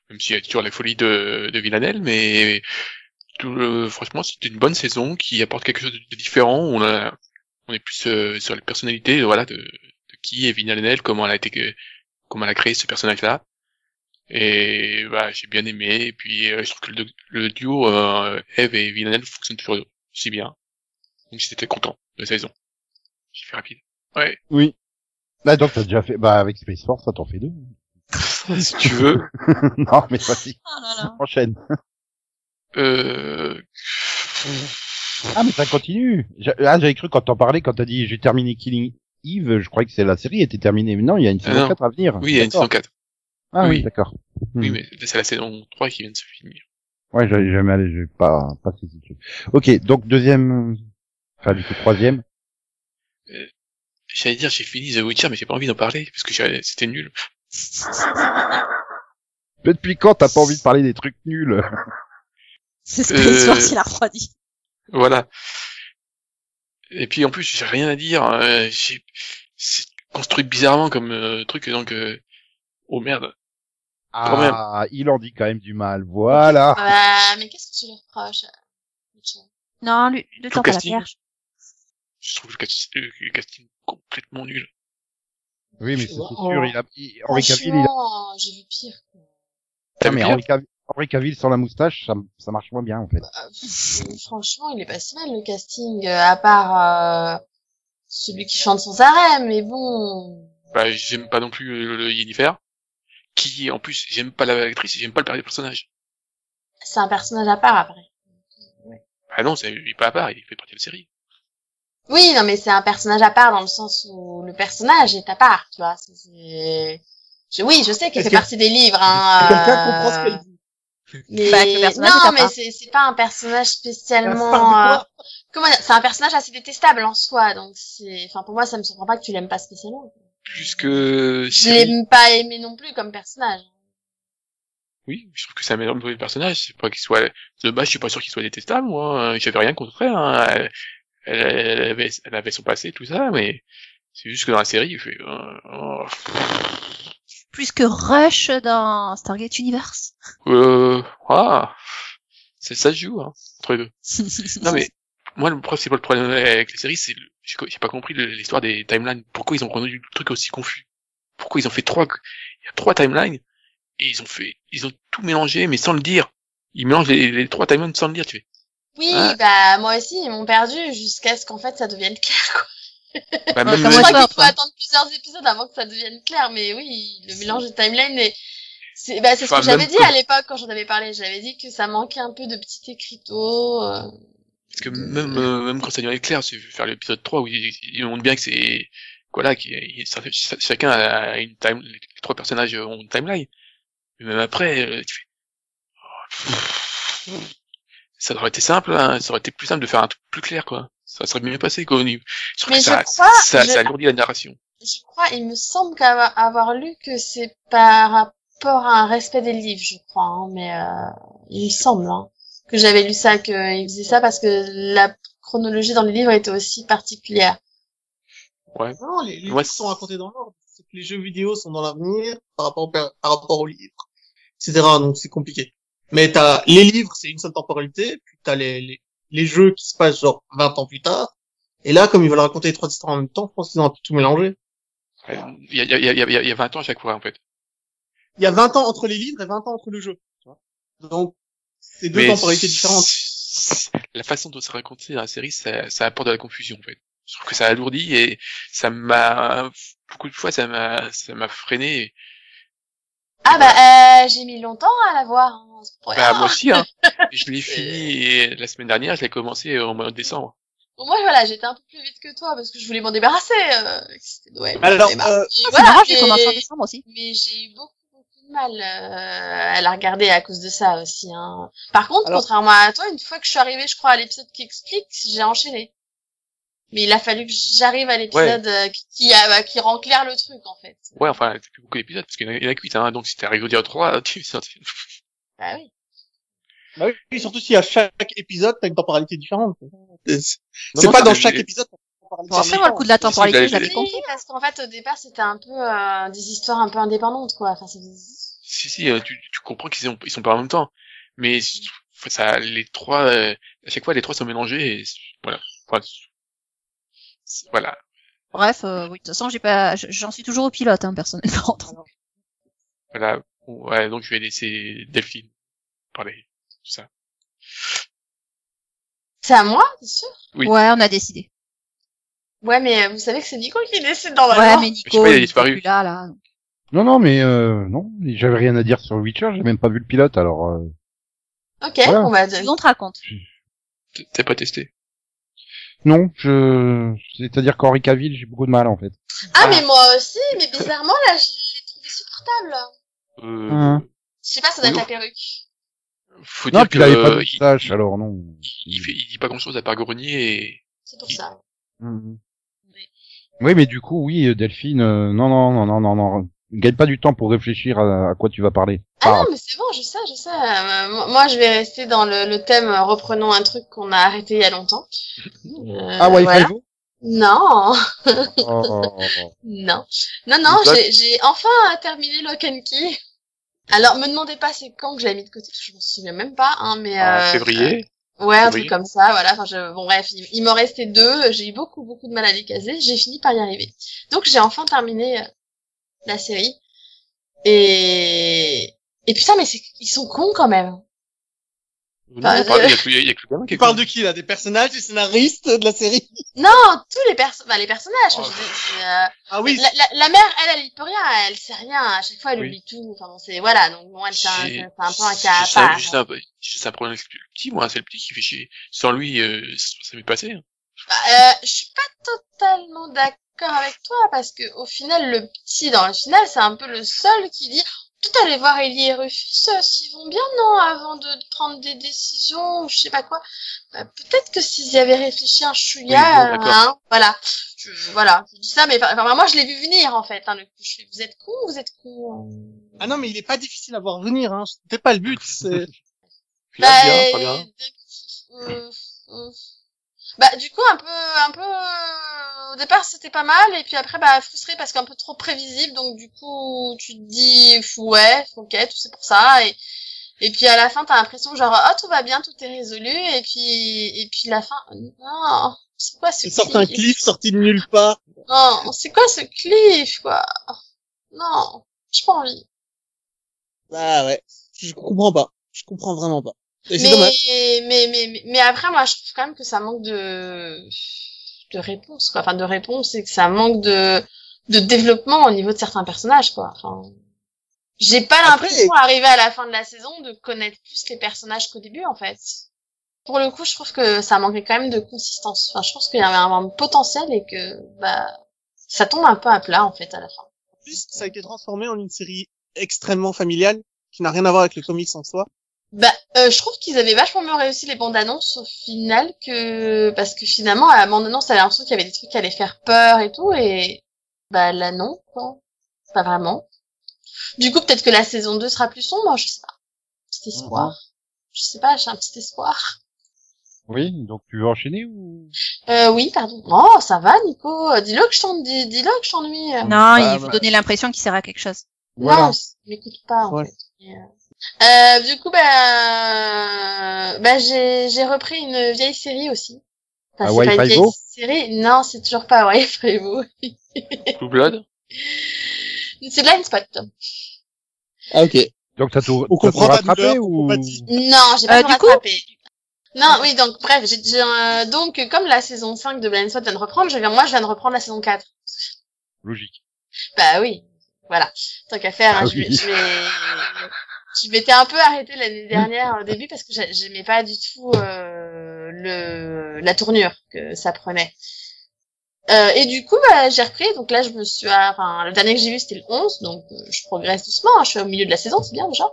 même s'il y a toujours les folies de, de Villanelle, mais tout le- franchement, c'était une bonne saison qui apporte quelque chose de, de différent. On, a, on est plus euh, sur les personnalités, voilà, de, de qui est Villanelle, comment elle a été, que- comment elle a créé ce personnage-là. Et bah, j'ai bien aimé. Et puis, euh, je trouve que le, le duo euh, Eve et Villanelle fonctionne toujours aussi bien. Donc, j'étais content de la saison. J'ai fait rapide. Ouais,
là, donc, t'as déjà fait, bah, avec Space Force, ça t'en fait deux.
si tu veux.
non, mais vas-y,
Oh là là.
enchaîne.
Euh...
Ah, mais ça continue. J'a- Ah, j'avais cru quand t'en parlais, quand t'as dit j'ai terminé Killing Eve, je croyais que c'est la série était terminée. Mais non, il y a une saison
Ah non.
4 à venir.
Oui, il y a une
D'accord.
saison 4.
Ah oui,
oui.
d'accord.
Oui,
Hmm.
mais là, c'est la saison 3 qui vient de se finir.
Ouais, j'avais jamais allé, j'ai pas, pas saisi le truc. Ok, donc deuxième, enfin, du coup, troisième.
J'allais dire, j'ai fini The Witcher, mais j'ai pas envie d'en parler, parce que j'ai- c'était nul.
Mais depuis quand t'as pas envie de parler des trucs nuls?
C'est ce
Euh.
que euh... il a refroidi.
Voilà. Et puis, en plus, j'ai rien à dire. euh, j'ai- C'est construit bizarrement comme euh, truc, donc... euh, Oh merde. Quand même.
Ah, il en dit quand même du mal. Voilà.
Ah, mais qu'est-ce que tu leur reproches euh, Mitchell
Non, lui, le
Tout
temps pas la
casting.
perche.
Je trouve le cast- le- le casting complètement nul.
Oui, mais c'est
Wow.
c'est sûr, il a, il- Henri Cavill, il a-
Franchement, euh, j'ai vu pire. quoi.
T'as
Ah, mais
vu
Henri Cavill, Henri Cavill sans la moustache, ça, ça marche moins bien, en fait.
Euh, pff, franchement, il est pas si mal le casting, euh, à part euh, celui qui chante sans arrêt, mais bon.
Bah, j'aime pas non plus euh, le, le Yennefer, qui, en plus, j'aime pas l'actrice, j'aime pas le personnage.
C'est un personnage à part après.
Bah non, c'est il est pas à part, il fait partie de la série.
Oui, non, mais c'est un personnage à part dans le sens où le personnage est à part, tu vois. c'est- c'est- Je, oui, je sais qu'elle
Est-ce
fait
que-
partie des livres. Hein,
Quelqu'un
euh,
comprend ce qu'elle dit.
Mais...
Bah, que le personnage est à
non, mais
part.
c'est c'est pas un
Elle
personnage
parle de
spécialement.
quoi
euh, Comment dire C'est un personnage assez détestable en soi, donc c'est. Enfin, pour moi, ça me surprend pas que tu l'aimes pas spécialement.
Plus que...
Je l'ai pas aimé non plus comme personnage.
Oui, je trouve que c'est un meilleur mauvais personnage. C'est pas qu'il soit de base, je suis pas sûr qu'il soit détestable. Moi, Euh, j'avais rien contre elle. hein. Elle, elle- elle avait, elle avait son passé, tout ça, mais c'est juste que dans la série, il fait. euh, oh,
Plus que Rush dans Stargate Universe.
euh, ah, c'est ça se joue hein, entre les deux. Non mais moi, le principal problème avec les séries, c'est le- j'ai co- j'ai pas compris le- l'histoire des timelines. Pourquoi ils ont rendu le truc aussi confus Pourquoi ils ont fait trois Il y a trois timelines et ils ont fait, ils ont tout mélangé, mais sans le dire. Ils mélangent les, les trois timelines sans le dire. Tu fais.
Oui,
Ouais.
Ah.
bah moi aussi, ils m'ont perdu jusqu'à ce qu'en fait ça devienne clair. Quoi.
Ouais,
Bah, même
comment
le-
Je
ça,
crois qu'il faut
après
attendre plusieurs épisodes avant que ça devienne clair, mais oui, le mélange de timeline est... C'est bah, c'est ce
Enfin,
que j'avais
même
dit
que-
à l'époque quand j'en avais parlé. J'avais dit que ça manquait un peu de petit écriteau. euh,
Parce que même, euh, même quand ça devient clair, si je veux faire l'épisode 3 où ils, ils montrent bien que c'est, voilà, qu'il y a- ch- ch- chacun a une time, les trois personnages ont une timeline. Mais même après, euh, tu fais, ça aurait été simple, hein, ça aurait été plus simple de faire un truc plus clair, quoi. Ça serait mieux passé, quoi. au niveau- Je trouve
Mais
que
je
ça,
crois-
ça,
je-
ça alourdit la narration.
Je crois, il me semble qu'avoir avoir lu que c'est par rapport à un respect des livres, je crois, hein, mais euh, il me semble hein, que j'avais lu ça, qu'il faisait ça parce que la chronologie dans le livre était aussi particulière.
Non, les, les livres
Ouais.
sont racontés dans l'ordre. C'est que les jeux vidéo sont dans l'avenir par rapport au, par rapport aux livres, etc. Donc c'est compliqué. Mais t'as les livres, c'est une seule temporalité. Puis t'as les, les les jeux qui se passent genre 20 ans plus tard. Et là, comme ils veulent raconter les trois histoires en même temps, je pense qu'ils ont un peu tout mélangé.
Ouais, Il y a, il y, a, il y, a, il y a 20 ans à chaque fois, en fait.
Il y a 20 ans entre les livres et 20 ans entre le jeu. tu vois. Donc c'est deux temporalités différentes.
La façon dont c'est raconté dans la série, ça, ça apporte de la confusion, en fait. Je trouve que ça alourdit et ça m'a, beaucoup de fois, ça m'a, ça m'a freiné.
Ah bah euh, j'ai mis longtemps à la voir. hein, ce projet.
Bah, moi aussi, hein. Je l'ai fini et la semaine dernière, je l'ai commencé en mois de décembre.
Bon, moi voilà, j'étais un peu plus vite que toi parce que je voulais m'en débarrasser. Euh, que c'était Noël.
Alors,
Mais bah,
euh,
et
ah, C'est
voilà,
marrant, j'ai commencé en
mais-
décembre aussi.
mais j'ai eu beaucoup beaucoup de mal euh, à la regarder à cause de ça aussi. Hein. Par contre,
Alors-
contrairement à toi, une fois que je suis arrivée, je crois, à l'épisode qui explique, j'ai enchaîné. Mais il a fallu que j'arrive à l'épisode euh, qui, a- bah, qui rend clair le truc, en fait.
Ouais, enfin, t'as plus beaucoup d'épisodes parce qu'il y en a- il y en a 8, hein. Donc si t'es arrivé au dire 3, tu
Bah oui.
Bah oui, surtout si à chaque épisode t'as une temporalité différente. C'est c'est
non,
pas
ça,
dans
j'ai-
chaque épisode. t'as une temporalité
Bon, après,
différente.
moi, le coup de la temporalité,
d'aller-
j'avais
j'ai-
Oui,
compris.
parce qu'en fait, au départ, c'était un peu euh, des histoires un peu indépendantes, quoi. Enfin, c'est-
Si, si, euh, tu, tu comprends qu'ils sont, ils sont pas en même temps. Mais je- enfin, ça, les trois, euh, à chaque fois, les trois sont mélangés. Et, c'est- voilà. Enfin, c'est- voilà.
Bref, euh, oui, de toute façon, j'ai pas, j- j'en suis toujours au pilote, hein, personnellement.
Voilà. Ouais, donc je vais laisser Delphine parler. Tout ça.
C'est à moi, c'est sûr
Oui.
Ouais, on a décidé.
Ouais, mais euh, vous savez que c'est Nico qui décide
Ouais,
normalement.
mais
Je sais
Nico,
pas, il
il
a
est
disparu.
plus là, là.
Non, non, mais euh, non, j'avais rien à dire sur Witcher, j'ai même pas vu le pilote, alors... euh,
Ok,
Voilà.
on va...
Dis-donc, te raconte.
T- T'as pas testé.
Non, je... C'est-à-dire qu'Henri Cavill, j'ai beaucoup de mal, en fait.
Ah, mais moi aussi, mais bizarrement, là, je l'ai trouvé supportable.
Euh,
Hein.
Je sais pas, ça doit être
Oui.
la perruque.
Faut
Non,
dire
puis
que,
il avait pas de
euh, il,
moustache, alors non.
il, fait- il dit pas grand chose à part grogner et,
C'est pour ça.
Mhm. Oui, mais du coup, oui, Delphine, euh, non, non, non, non, non, non, gagne pas du temps pour réfléchir à, à quoi tu vas parler.
Ah non,
euh,
Parle.
mais c'est bon, je sais, je sais. Euh, moi- moi, je vais rester dans le, le thème euh, reprenons un truc qu'on a arrêté il y a longtemps. Euh,
ah, Wi-Fi
voilà.
vous
Non,
Oh.
non, non, non.
Bah-
j'ai- J'ai enfin terminé Lock and Key. Alors, me demandez pas c'est quand que je l'ai mis de côté, parce que je m'en souviens même pas. Hein, mais
en
Ah,
euh,
février.
Ouais, un
Février.
truc comme ça, voilà. Enfin, je... bon, bref, il, il m'en restait deux. J'ai eu beaucoup, beaucoup de mal à les caser. J'ai fini par y arriver. Donc, j'ai enfin terminé euh, la série. Et et putain, mais c'est... ils sont cons quand même.
Non,
Bah,
on parle- il y a plus, il y a plus gamin qui
Tu parles de qui là Des personnages, des scénaristes de la série
Non, tous les perso... enfin, les personnages.
Oh.
je veux dire, c'est, euh,
Ah oui,
la, la, la mère, elle, elle y peut rien. Elle sait rien. À chaque fois, elle
Oui.
oublie tout. Enfin bon, c'est voilà. Donc bon, elle c'est un, c'est
J'ai-
un peu un cas à
j'ai-
part.
J'ai un, j'ai un problème avec le petit, moi. C'est le petit qui fait chier. Sans lui, euh, ça m'est passé. hein.
Euh, je suis pas totalement d'accord avec toi parce que au final, le petit dans le final, c'est un peu le seul qui dit tout aller voir Ellie et Rufus euh, s'ils vont bien non avant de prendre des décisions ou je sais pas quoi. Bah, Peut-être que s'ils y avaient réfléchi un chouïa,
Oui, bon, d'accord.
hein, voilà. Je, voilà, je dis ça, mais enfin, enfin, moi je l'ai vu venir en fait. Hein, le coup. Je fais, vous êtes con, vous êtes con.
Ah non, mais il est pas difficile à voir venir, hein. C'était pas le but. c'est-
Puis là, bien, pas
euh,
bien.
euh, euh, bah, du coup, un peu, un peu, euh, au départ, c'était pas mal, et puis après, bah, frustré parce qu'un peu trop prévisible, donc du coup, tu te dis, fou, ouais, ok, tout c'est pour ça, et, et puis à la fin, t'as l'impression, genre, oh, tout va bien, tout est résolu, et puis, et puis la fin, non, c'est quoi ce
Ils sortent un
cliff
cliff sorti de nulle part.
Non, c'est quoi ce cliff, quoi? Non, j'ai pas envie.
Ah ouais. Je comprends pas. Je comprends vraiment pas. Et c'est
mais,
dommage.
mais, mais, mais, mais après, moi, je trouve quand même que ça manque de, de réponse, quoi. Enfin, de réponse et que ça manque de, de développement au niveau de certains personnages, quoi. Enfin, j'ai pas
Après-
l'impression, arrivé à la fin de la saison, de connaître plus les personnages qu'au début, en fait. Pour le coup, je trouve que ça manquait quand même de consistance. Enfin, je pense qu'il y avait un, un potentiel et que, bah, ça tombe un peu à plat, en fait, à la fin.
En plus, ça a été transformé en une série extrêmement familiale qui n'a rien à voir avec le comics en soi.
Bah, euh, je trouve qu'ils avaient vachement mieux réussi les bandes annonces au final que parce que finalement à la bande annonce, t'avais l'impression qu'il y avait des trucs qui allaient faire peur et tout et bah là non, quoi. pas vraiment. Du coup, peut-être que la saison 2 sera plus sombre, je sais pas. Petit espoir. Je sais pas, j'ai un petit espoir.
Oui, donc tu veux enchaîner ou
Euh, oui, pardon. Oh, ça va, Nico. Euh, Dis-le que je t'en- dis- dis-le que je t'ennuie. euh.
Non,
Bah,
il faut
bah.
donner l'impression qu'il sert à quelque chose.
Voilà.
Non, je m'écoute pas en
Ouais.
fait. Et, euh, euh, du coup, bah, bah j'ai j'ai repris une vieille série aussi. Enfin,
Hawaii
c'est pas une
Five-O
vieille série. Non, c'est toujours pas Hawaii Five-O. euh,
Blue Blood.
C'est Blindspot.
Ah, ok.
Donc t'as tout,
On
t'as tout
comprend pas de
rattrapé
douleur, on
ou
comprend pas de-
Non, j'ai pas
Euh,
tout
du coup-
rattrapé. Non, oui, donc bref, j'ai j'ai, euh, donc euh, comme la saison 5 de Blindspot vient de reprendre, je viens moi je viens de reprendre la saison 4.
logique
Bah oui, voilà. Tant qu'à faire, hein,
Ah
je, m'ai-
oui.
je m'ai- je m'étais un peu arrêtée l'année dernière au début parce que j'a- j'aimais pas du tout euh, le la tournure que ça prenait. Euh, et du coup, bah, j'ai repris. Donc là, je me suis, à- enfin, le dernier que j'ai vu c'était le 11, donc euh, je progresse doucement. hein, je suis au milieu de la saison, c'est bien déjà.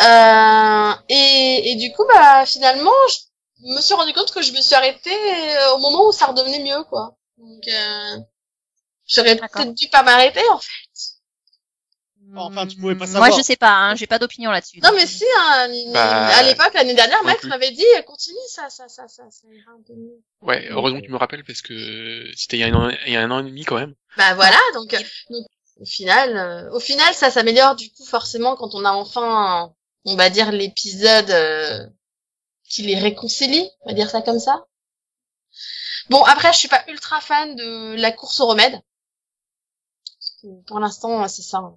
Euh, et, et du coup, bah finalement, je me suis rendu compte que je me suis arrêtée euh, au moment où ça redevenait mieux, quoi. Donc euh, j'aurais
D'accord.
peut-être dû pas m'arrêter en
Enfin, tu pouvais pas
Hmm,
savoir.
Moi, je sais pas, hein, j'ai pas d'opinion là-dessus.
Non
donc,
mais
euh,
si, hein,
Bah,
à l'époque, l'année dernière,
moi non
Max
plus.
m'avait dit, continue, ça, ça, ça, ça, ça ira un peu mieux.
Ouais, heureusement que tu me rappelles parce que c'était il y a un an, il y a un an et demi quand même.
Bah voilà, donc, euh, donc au final, euh, au final, ça s'améliore du coup forcément quand on a enfin, on va dire l'épisode euh, qui les réconcilie, on va dire ça comme ça. Bon après, je suis pas ultra fan de la course au remède. Parce que Pour l'instant, c'est ça. hein.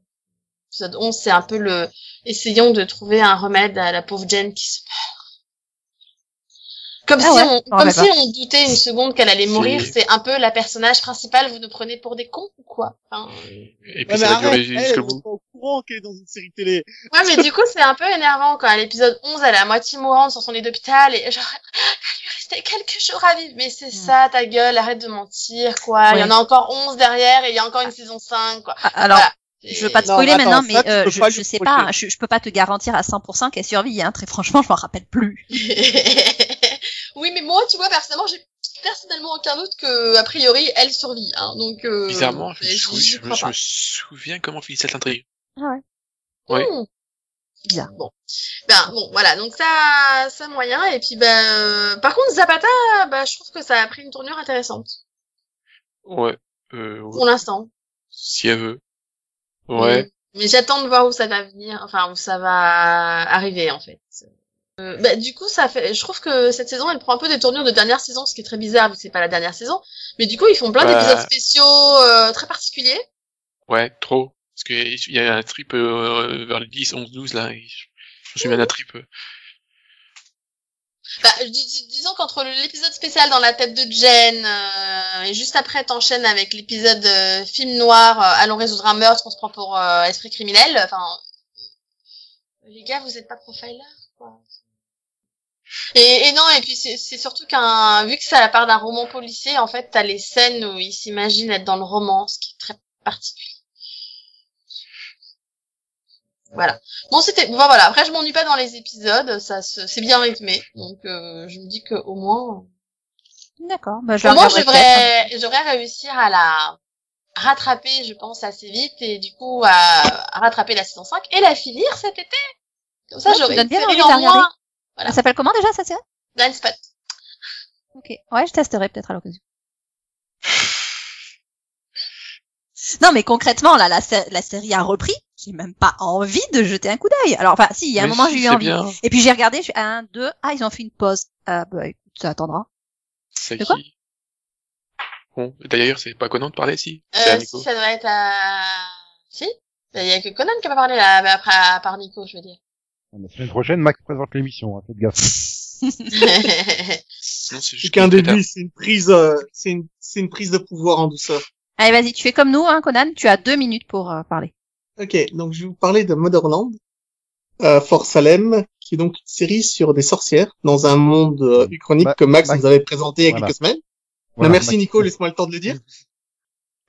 L'épisode 11, c'est un peu le essayons de trouver un remède à la pauvre Jen qui se meurt. Comme
Ah
si
ouais,
on,
m'en
comme
rappelle
si on doutait une seconde qu'elle allait mourir,
C'est-
c'est un peu la personnage principale, vous nous prenez pour des cons ou quoi Enfin,
Et puis
Ouais, mais
ça va
arrête, eh,
durer
elle,
jusqu'au
elle
bout.
est pas au courant qu'elle est dans une série télé.
Ouais, mais du coup, c'est un peu énervant quand à l'épisode 11, elle est à moitié mourante sur son lit d'hôpital et genre, il lui restait quelques jours à vivre. Mais c'est ça, ta gueule, arrête de mentir, quoi. Il y en
Ouais.
a encore 11 derrière et il y a encore une saison 5, quoi.
ah, Alors,
Voilà.
je veux pas te
Non,
spoiler
mais attends,
maintenant,
ça, tu
mais euh,
peux
je,
pas
je
lui
sais
reprocher.
pas, je, je peux pas te garantir à 100% qu'elle survit. Hein, très franchement, je m'en rappelle plus.
oui, mais moi, tu vois, personnellement, j'ai personnellement aucun doute que, a priori, elle survit, hein. Donc, euh,
Bizarrement, je me,
j'y-
sou-
j'y
je me-
crois
je
pas.
me souviens comment finit cette intrigue. Ouais.
Hmm.
Bizarre.
Bon. Ben, bon, voilà. Donc ça, ça moyen. Et puis, ben, euh, par contre, Zapata, ben, je trouve que ça a pris une tournure intéressante.
Ouais. Euh, ouais.
Pour l'instant.
Si elle veut. Ouais.
Mm. Mais j'attends de voir où ça va venir, enfin, où ça va arriver, en fait. Euh, ben, du coup, ça fait, je trouve que cette saison, elle prend un peu des tournures de dernière saison, ce qui est très bizarre, vu que c'est pas la dernière saison. Mais du coup, ils font plein
Bah.
d'épisodes spéciaux, euh, très particuliers.
Ouais, trop. Parce que il y a un trip euh, vers les 10, 11, 12 là. et Je je me souviens
Mm.
d'un trip. euh,
Bah, dis- dis- disons qu'entre l'épisode spécial dans la tête de Jen euh, et juste après t'enchaînes avec l'épisode euh, film noir euh, allons résoudre un meurtre on se prend pour euh, esprit criminel enfin les gars vous êtes pas profiler quoi et, et non et puis c'est c'est surtout qu'un vu que c'est à la part d'un roman policier en fait t'as les scènes où ils s'imaginent être dans le roman ce qui est très particulier voilà Bon, c'était bon, voilà. Après, je m'ennuie pas dans les épisodes, ça se... c'est bien rythmé, donc euh, je me dis que au moins,
D'accord. Bah, je
au
la
moins, je
regarderai peut-être. hein.
devrais, je devrais réussir à la rattraper, je pense, assez vite et du coup à, à rattraper la saison 5 et la finir cet été. Comme ça,
Ouais, tu
j'aurai
donnes
une
bien
série
envie de la
en moins.
regarder. Elle s'appelle comment déjà ça série
Blind spot.
Ok. Ouais, je testerai peut-être à l'occasion. Non, mais concrètement, là, la, sé- la série a repris. J'ai même pas envie de jeter un coup d'œil. Alors, enfin, si, il y a un
mais
moment,
si,
j'ai eu
c'est
envie.
bien.
Et puis, j'ai regardé, je suis à un, deux. Ah, ils ont fait une pause. Ah, bah, écoute, ça attendra.
C'est
De quoi
qui Bon, d'ailleurs, c'est pas Conan de parler si. C'est à
Euh, si
Nico.
ça doit être à, si, il y a que Conan qui a pas parlé là, mais après à part Nico, je veux dire.
la semaine prochaine Max présente l'émission hein, faites gaffe
Sinon, c'est
C'est
juste
qu'un
une fête à-
début, c'est une prise, euh, c'est une, c'est une prise de pouvoir en douceur.
Allez, vas-y, tu fais comme nous, hein, Conan. Tu as deux minutes pour euh, parler.
Ok, donc je vais vous parler de Motherland, euh, Fort Salem, qui est donc une série sur des sorcières dans un monde euh, uchronique
Ma-
que Max
Bah, Max-
nous avait présenté il y a
Voilà.
quelques semaines.
Voilà,
non, merci
Max-
Nico, laisse-moi le temps de le dire.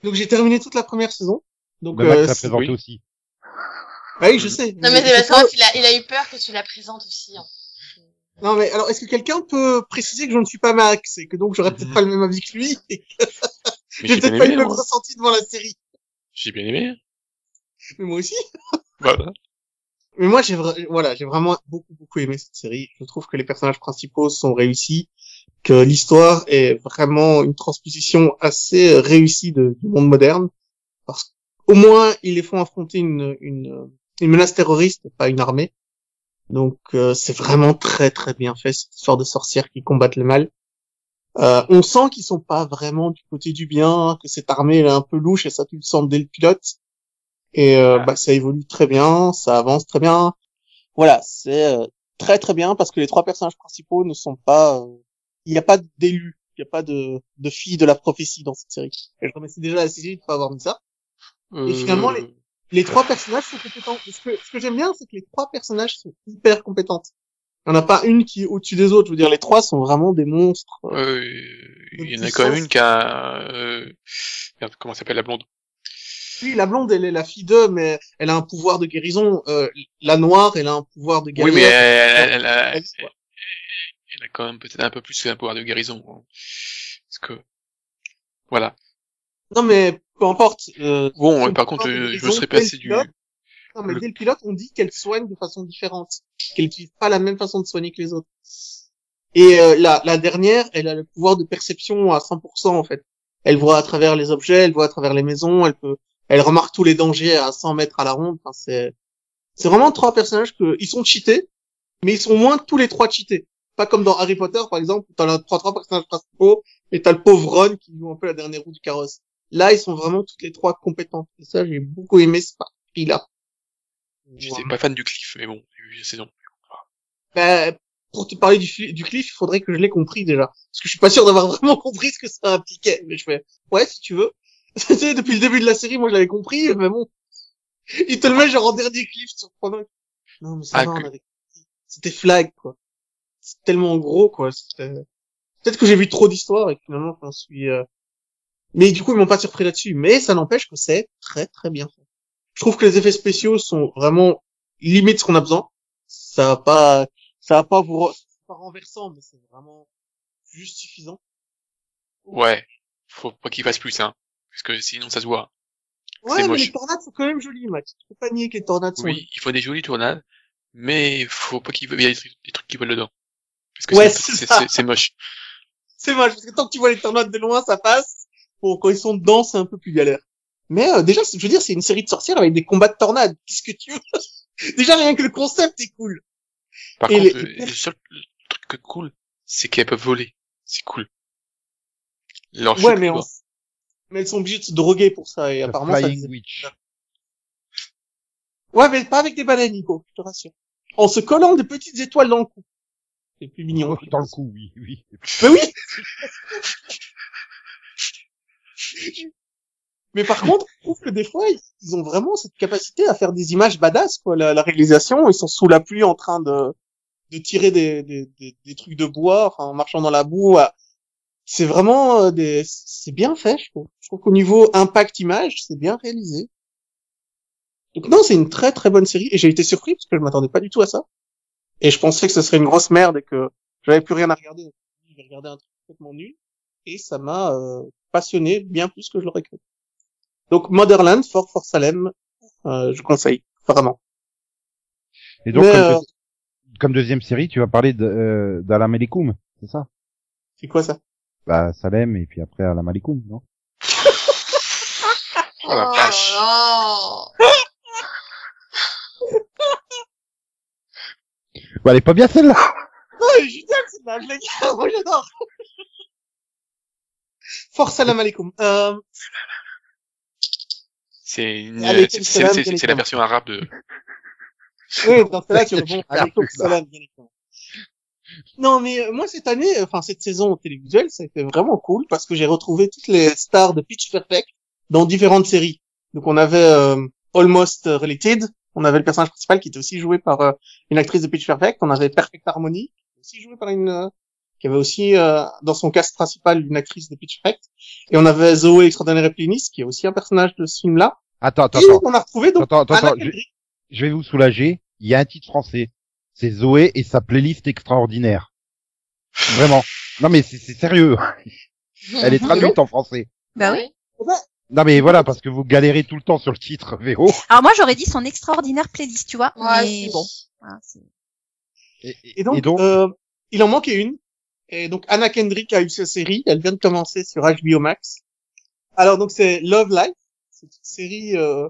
Donc j'ai terminé toute la première saison. Donc
Bah, Max
euh,
l'a
c'est-
présenté
oui.
aussi
Bah oui, je sais.
Non, mais c'est parce qu'en fait, il a, il a eu peur que tu la présentes aussi. hein.
Non, mais alors, est-ce que quelqu'un peut préciser que je ne suis pas Max et que donc j'aurais
Mhm.
peut-être pas le même avis que lui et que
Mais
j'ai
j'ai bien
peut-être pas eu
aimé,
le même
moi.
ressenti devant la série
J'ai bien aimé. hein.
Mais moi aussi.
Voilà.
Mais moi, j'ai vra- voilà, j'ai vraiment beaucoup beaucoup aimé cette série. Je trouve que les personnages principaux sont réussis, que l'histoire est vraiment une transposition assez réussie de- du monde moderne, parce qu'au moins ils les font affronter une une, une menace terroriste, et pas une armée. Donc euh, c'est vraiment très très bien fait cette histoire de sorcières qui combattent le mal. Euh, on sent qu'ils sont pas vraiment du côté du bien, que cette armée elle est un peu louche et ça tu le sens dès le pilote. Et euh, bah, ça évolue très bien, ça avance très bien. Voilà, c'est euh, très très bien parce que les trois personnages principaux ne sont pas... euh, Il n'y a pas d'élu, il n'y a pas de, de fille de la prophétie dans cette série. Et je remercie déjà la série de ne pas avoir mis ça. Et finalement,
Euh,
Les trois personnages sont compétents. Et Ce que, ce que j'aime bien, c'est que les trois personnages sont hyper compétentes. Il n'y en a pas une qui est au-dessus des autres. Je veux dire, les trois sont vraiment des monstres. euh,
euh, il y en a
petits
quand même
sens.
une qui a, euh, merde, comment s'appelle la blonde?
Oui, la blonde, elle est la fille d'eux, mais elle a un pouvoir de guérison. Euh, la noire, elle a un pouvoir de guérison.
Oui, mais elle, elle- elle a,
Elle, quoi.
elle a quand même peut-être un peu plus un pouvoir de guérison. hein. Parce que, voilà.
Non, mais peu importe. euh,
Bon,
Son
euh, par contre,
pouvoir de
euh, je me
guérison,
serais
tel
passé du,
pilote. Non, mais
Le-
dès le pilote, on dit qu'elle soigne de façon différente, qu'elle utilise pas la même façon de soigner que les autres. Et euh, la, la dernière, elle a le pouvoir de perception à 100% en fait. Elle voit à travers les objets, elle voit à travers les maisons, elle peut, elle remarque tous les dangers à 100 mètres à la ronde. Enfin, c'est, c'est vraiment trois personnages que ils sont cheatés, mais ils sont au moins tous les trois cheatés. Pas comme dans Harry Potter par exemple, où t'as les trois trois personnages principaux et t'as le pauvre Ron qui joue un peu la dernière roue du carrosse. Là, ils sont vraiment toutes les trois compétents. Et ça, j'ai beaucoup aimé ce parti-là.
j'étais pas fan du cliff, mais bon, j'ai vu la saison.
Bah, pour te parler du, fli- du cliff, il faudrait que je l'ai compris déjà. Parce que je suis pas sûr d'avoir vraiment compris ce que ça impliquait. Mais je fais, ouais, si tu veux. Tu sais, Depuis le début de la série, moi je l'avais compris, mais bon. Il te le met genre en dernier cliff surprenant. Non, mais ça
Ah,
va,
que-
on avait compris. C'était flag, quoi. C'est tellement gros, quoi. C'était- Peut-être que j'ai vu trop d'histoires et que finalement, j'en suis... euh, Mais du coup, ils m'ont pas surpris là-dessus. Mais ça n'empêche que c'est très, très bien fait. Je trouve que les effets spéciaux sont vraiment limite ce qu'on a besoin. Ça va pas ça va pas vous re- c'est pas renversant mais c'est vraiment juste suffisant
Ouais. Faut pas qu'il fasse plus, hein. Parce que sinon, ça se voit.
ouais mais
moche.
les tornades sont quand même jolies Max tu peux pas nier que les tornades sont
Oui, il faut des jolies tournades, mais faut pas qu'il y ait des trucs, des trucs qui volent dedans. Parce que
Ouais,
sinon,
c'est
c'est-
ça.
c'est c'est moche.
c'est moche parce que tant que tu vois les tornades de loin ça passe bon quand ils sont dedans c'est un peu plus galère mais euh, déjà c'est- je veux dire c'est une série de sorcières avec des combats de tornades qu'est-ce que tu veux déjà rien que le concept est cool
Par
Et
contre,
les-
euh, le seul truc que cool, c'est qu'elles peuvent voler. C'est cool. Leur
ouais
chute,
mais
quoi.
on- mais elles sont obligées de se droguer pour ça et
The
apparemment ça
Flying Witch.
ouais mais pas avec des bananes Nico je te rassure en se collant des petites étoiles dans le cou c'est plus mignon
Dans le coup, oui, oui.
Mais oui Mais par contre, je trouve que des fois, ils- ils ont vraiment cette capacité à faire des images badass, quoi. La, la réalisation, ils sont sous la pluie en train de, de tirer des, des, des, des trucs de bois, enfin, en marchant dans la boue. à- C'est vraiment euh, des, c'est bien fait, je trouve. Je trouve qu'au niveau impact image, c'est bien réalisé. Donc non, c'est une très très bonne série et j'ai été surpris parce que je m'attendais pas du tout à ça. Et je pensais que ce serait une grosse merde et que j'avais plus rien à regarder. J'ai regardé un truc complètement nul et ça m'a euh, passionné bien plus que je l'aurais cru. Donc Motherland, Fort Fort Salem, euh, je conseille vraiment.
Et donc,
Mais,
comme,
euh,
deuxi- comme deuxième série, tu vas parler de, euh, d'Alam Alaikum, c'est ça
C'est quoi ça
Bah, Salem, et puis après Alam Alaikum, non
Oh la
Oh
vache.
là là.
Bah, elle est pas bien celle-là
Non, Oh, mais je t'aime, c'est la blague. Moi j'adore. Fort Salem alaikum. Euh,
C'est une-
Allez,
c'est-
Kim
c'est-
Salam,
c'est-
bien
c'est la
évidemment.
version arabe de,
oui, dans celle-là qui
C'est
rebond
super
avec Fort
cool, ça.
Salem, bien évidemment. Non, mais euh, moi cette année, euh, enfin cette saison télévisuelle, ça a été vraiment cool parce que j'ai retrouvé toutes les stars de Pitch Perfect dans différentes séries. Donc on avait euh, Almost Related, on avait le personnage principal qui était aussi joué par euh, une actrice de Pitch Perfect, on avait Perfect Harmony, qui était aussi joué par une euh, qui avait aussi euh, dans son cast principal une actrice de Pitch Perfect, et on avait Zoé Extraordinaire et Plinis, qui est aussi un personnage de ce film-là.
Attends, attends,
Et
attends.
on a retrouvé donc
Attends, attends,
Anna
attends,
Kendrick.
je vais vous soulager, il y a un titre français. C'est Zoé et sa playlist extraordinaire. Vraiment. Non mais c'est c'est sérieux. Elle est
Mhm.
traduite en français.
Bah oui.
Non mais voilà, parce que vous galérez tout le temps sur le titre VO.
Alors moi j'aurais dit son extraordinaire playlist, tu vois.
Ouais,
mais
c'est-
bon. hein, c'est-
Et, et-
Et donc,
et donc,
euh, il en manquait une. Et donc, Anna Kendrick a eu sa série. Elle vient de commencer sur HBO Max. Alors, donc, c'est Love Life. C'est une série euh,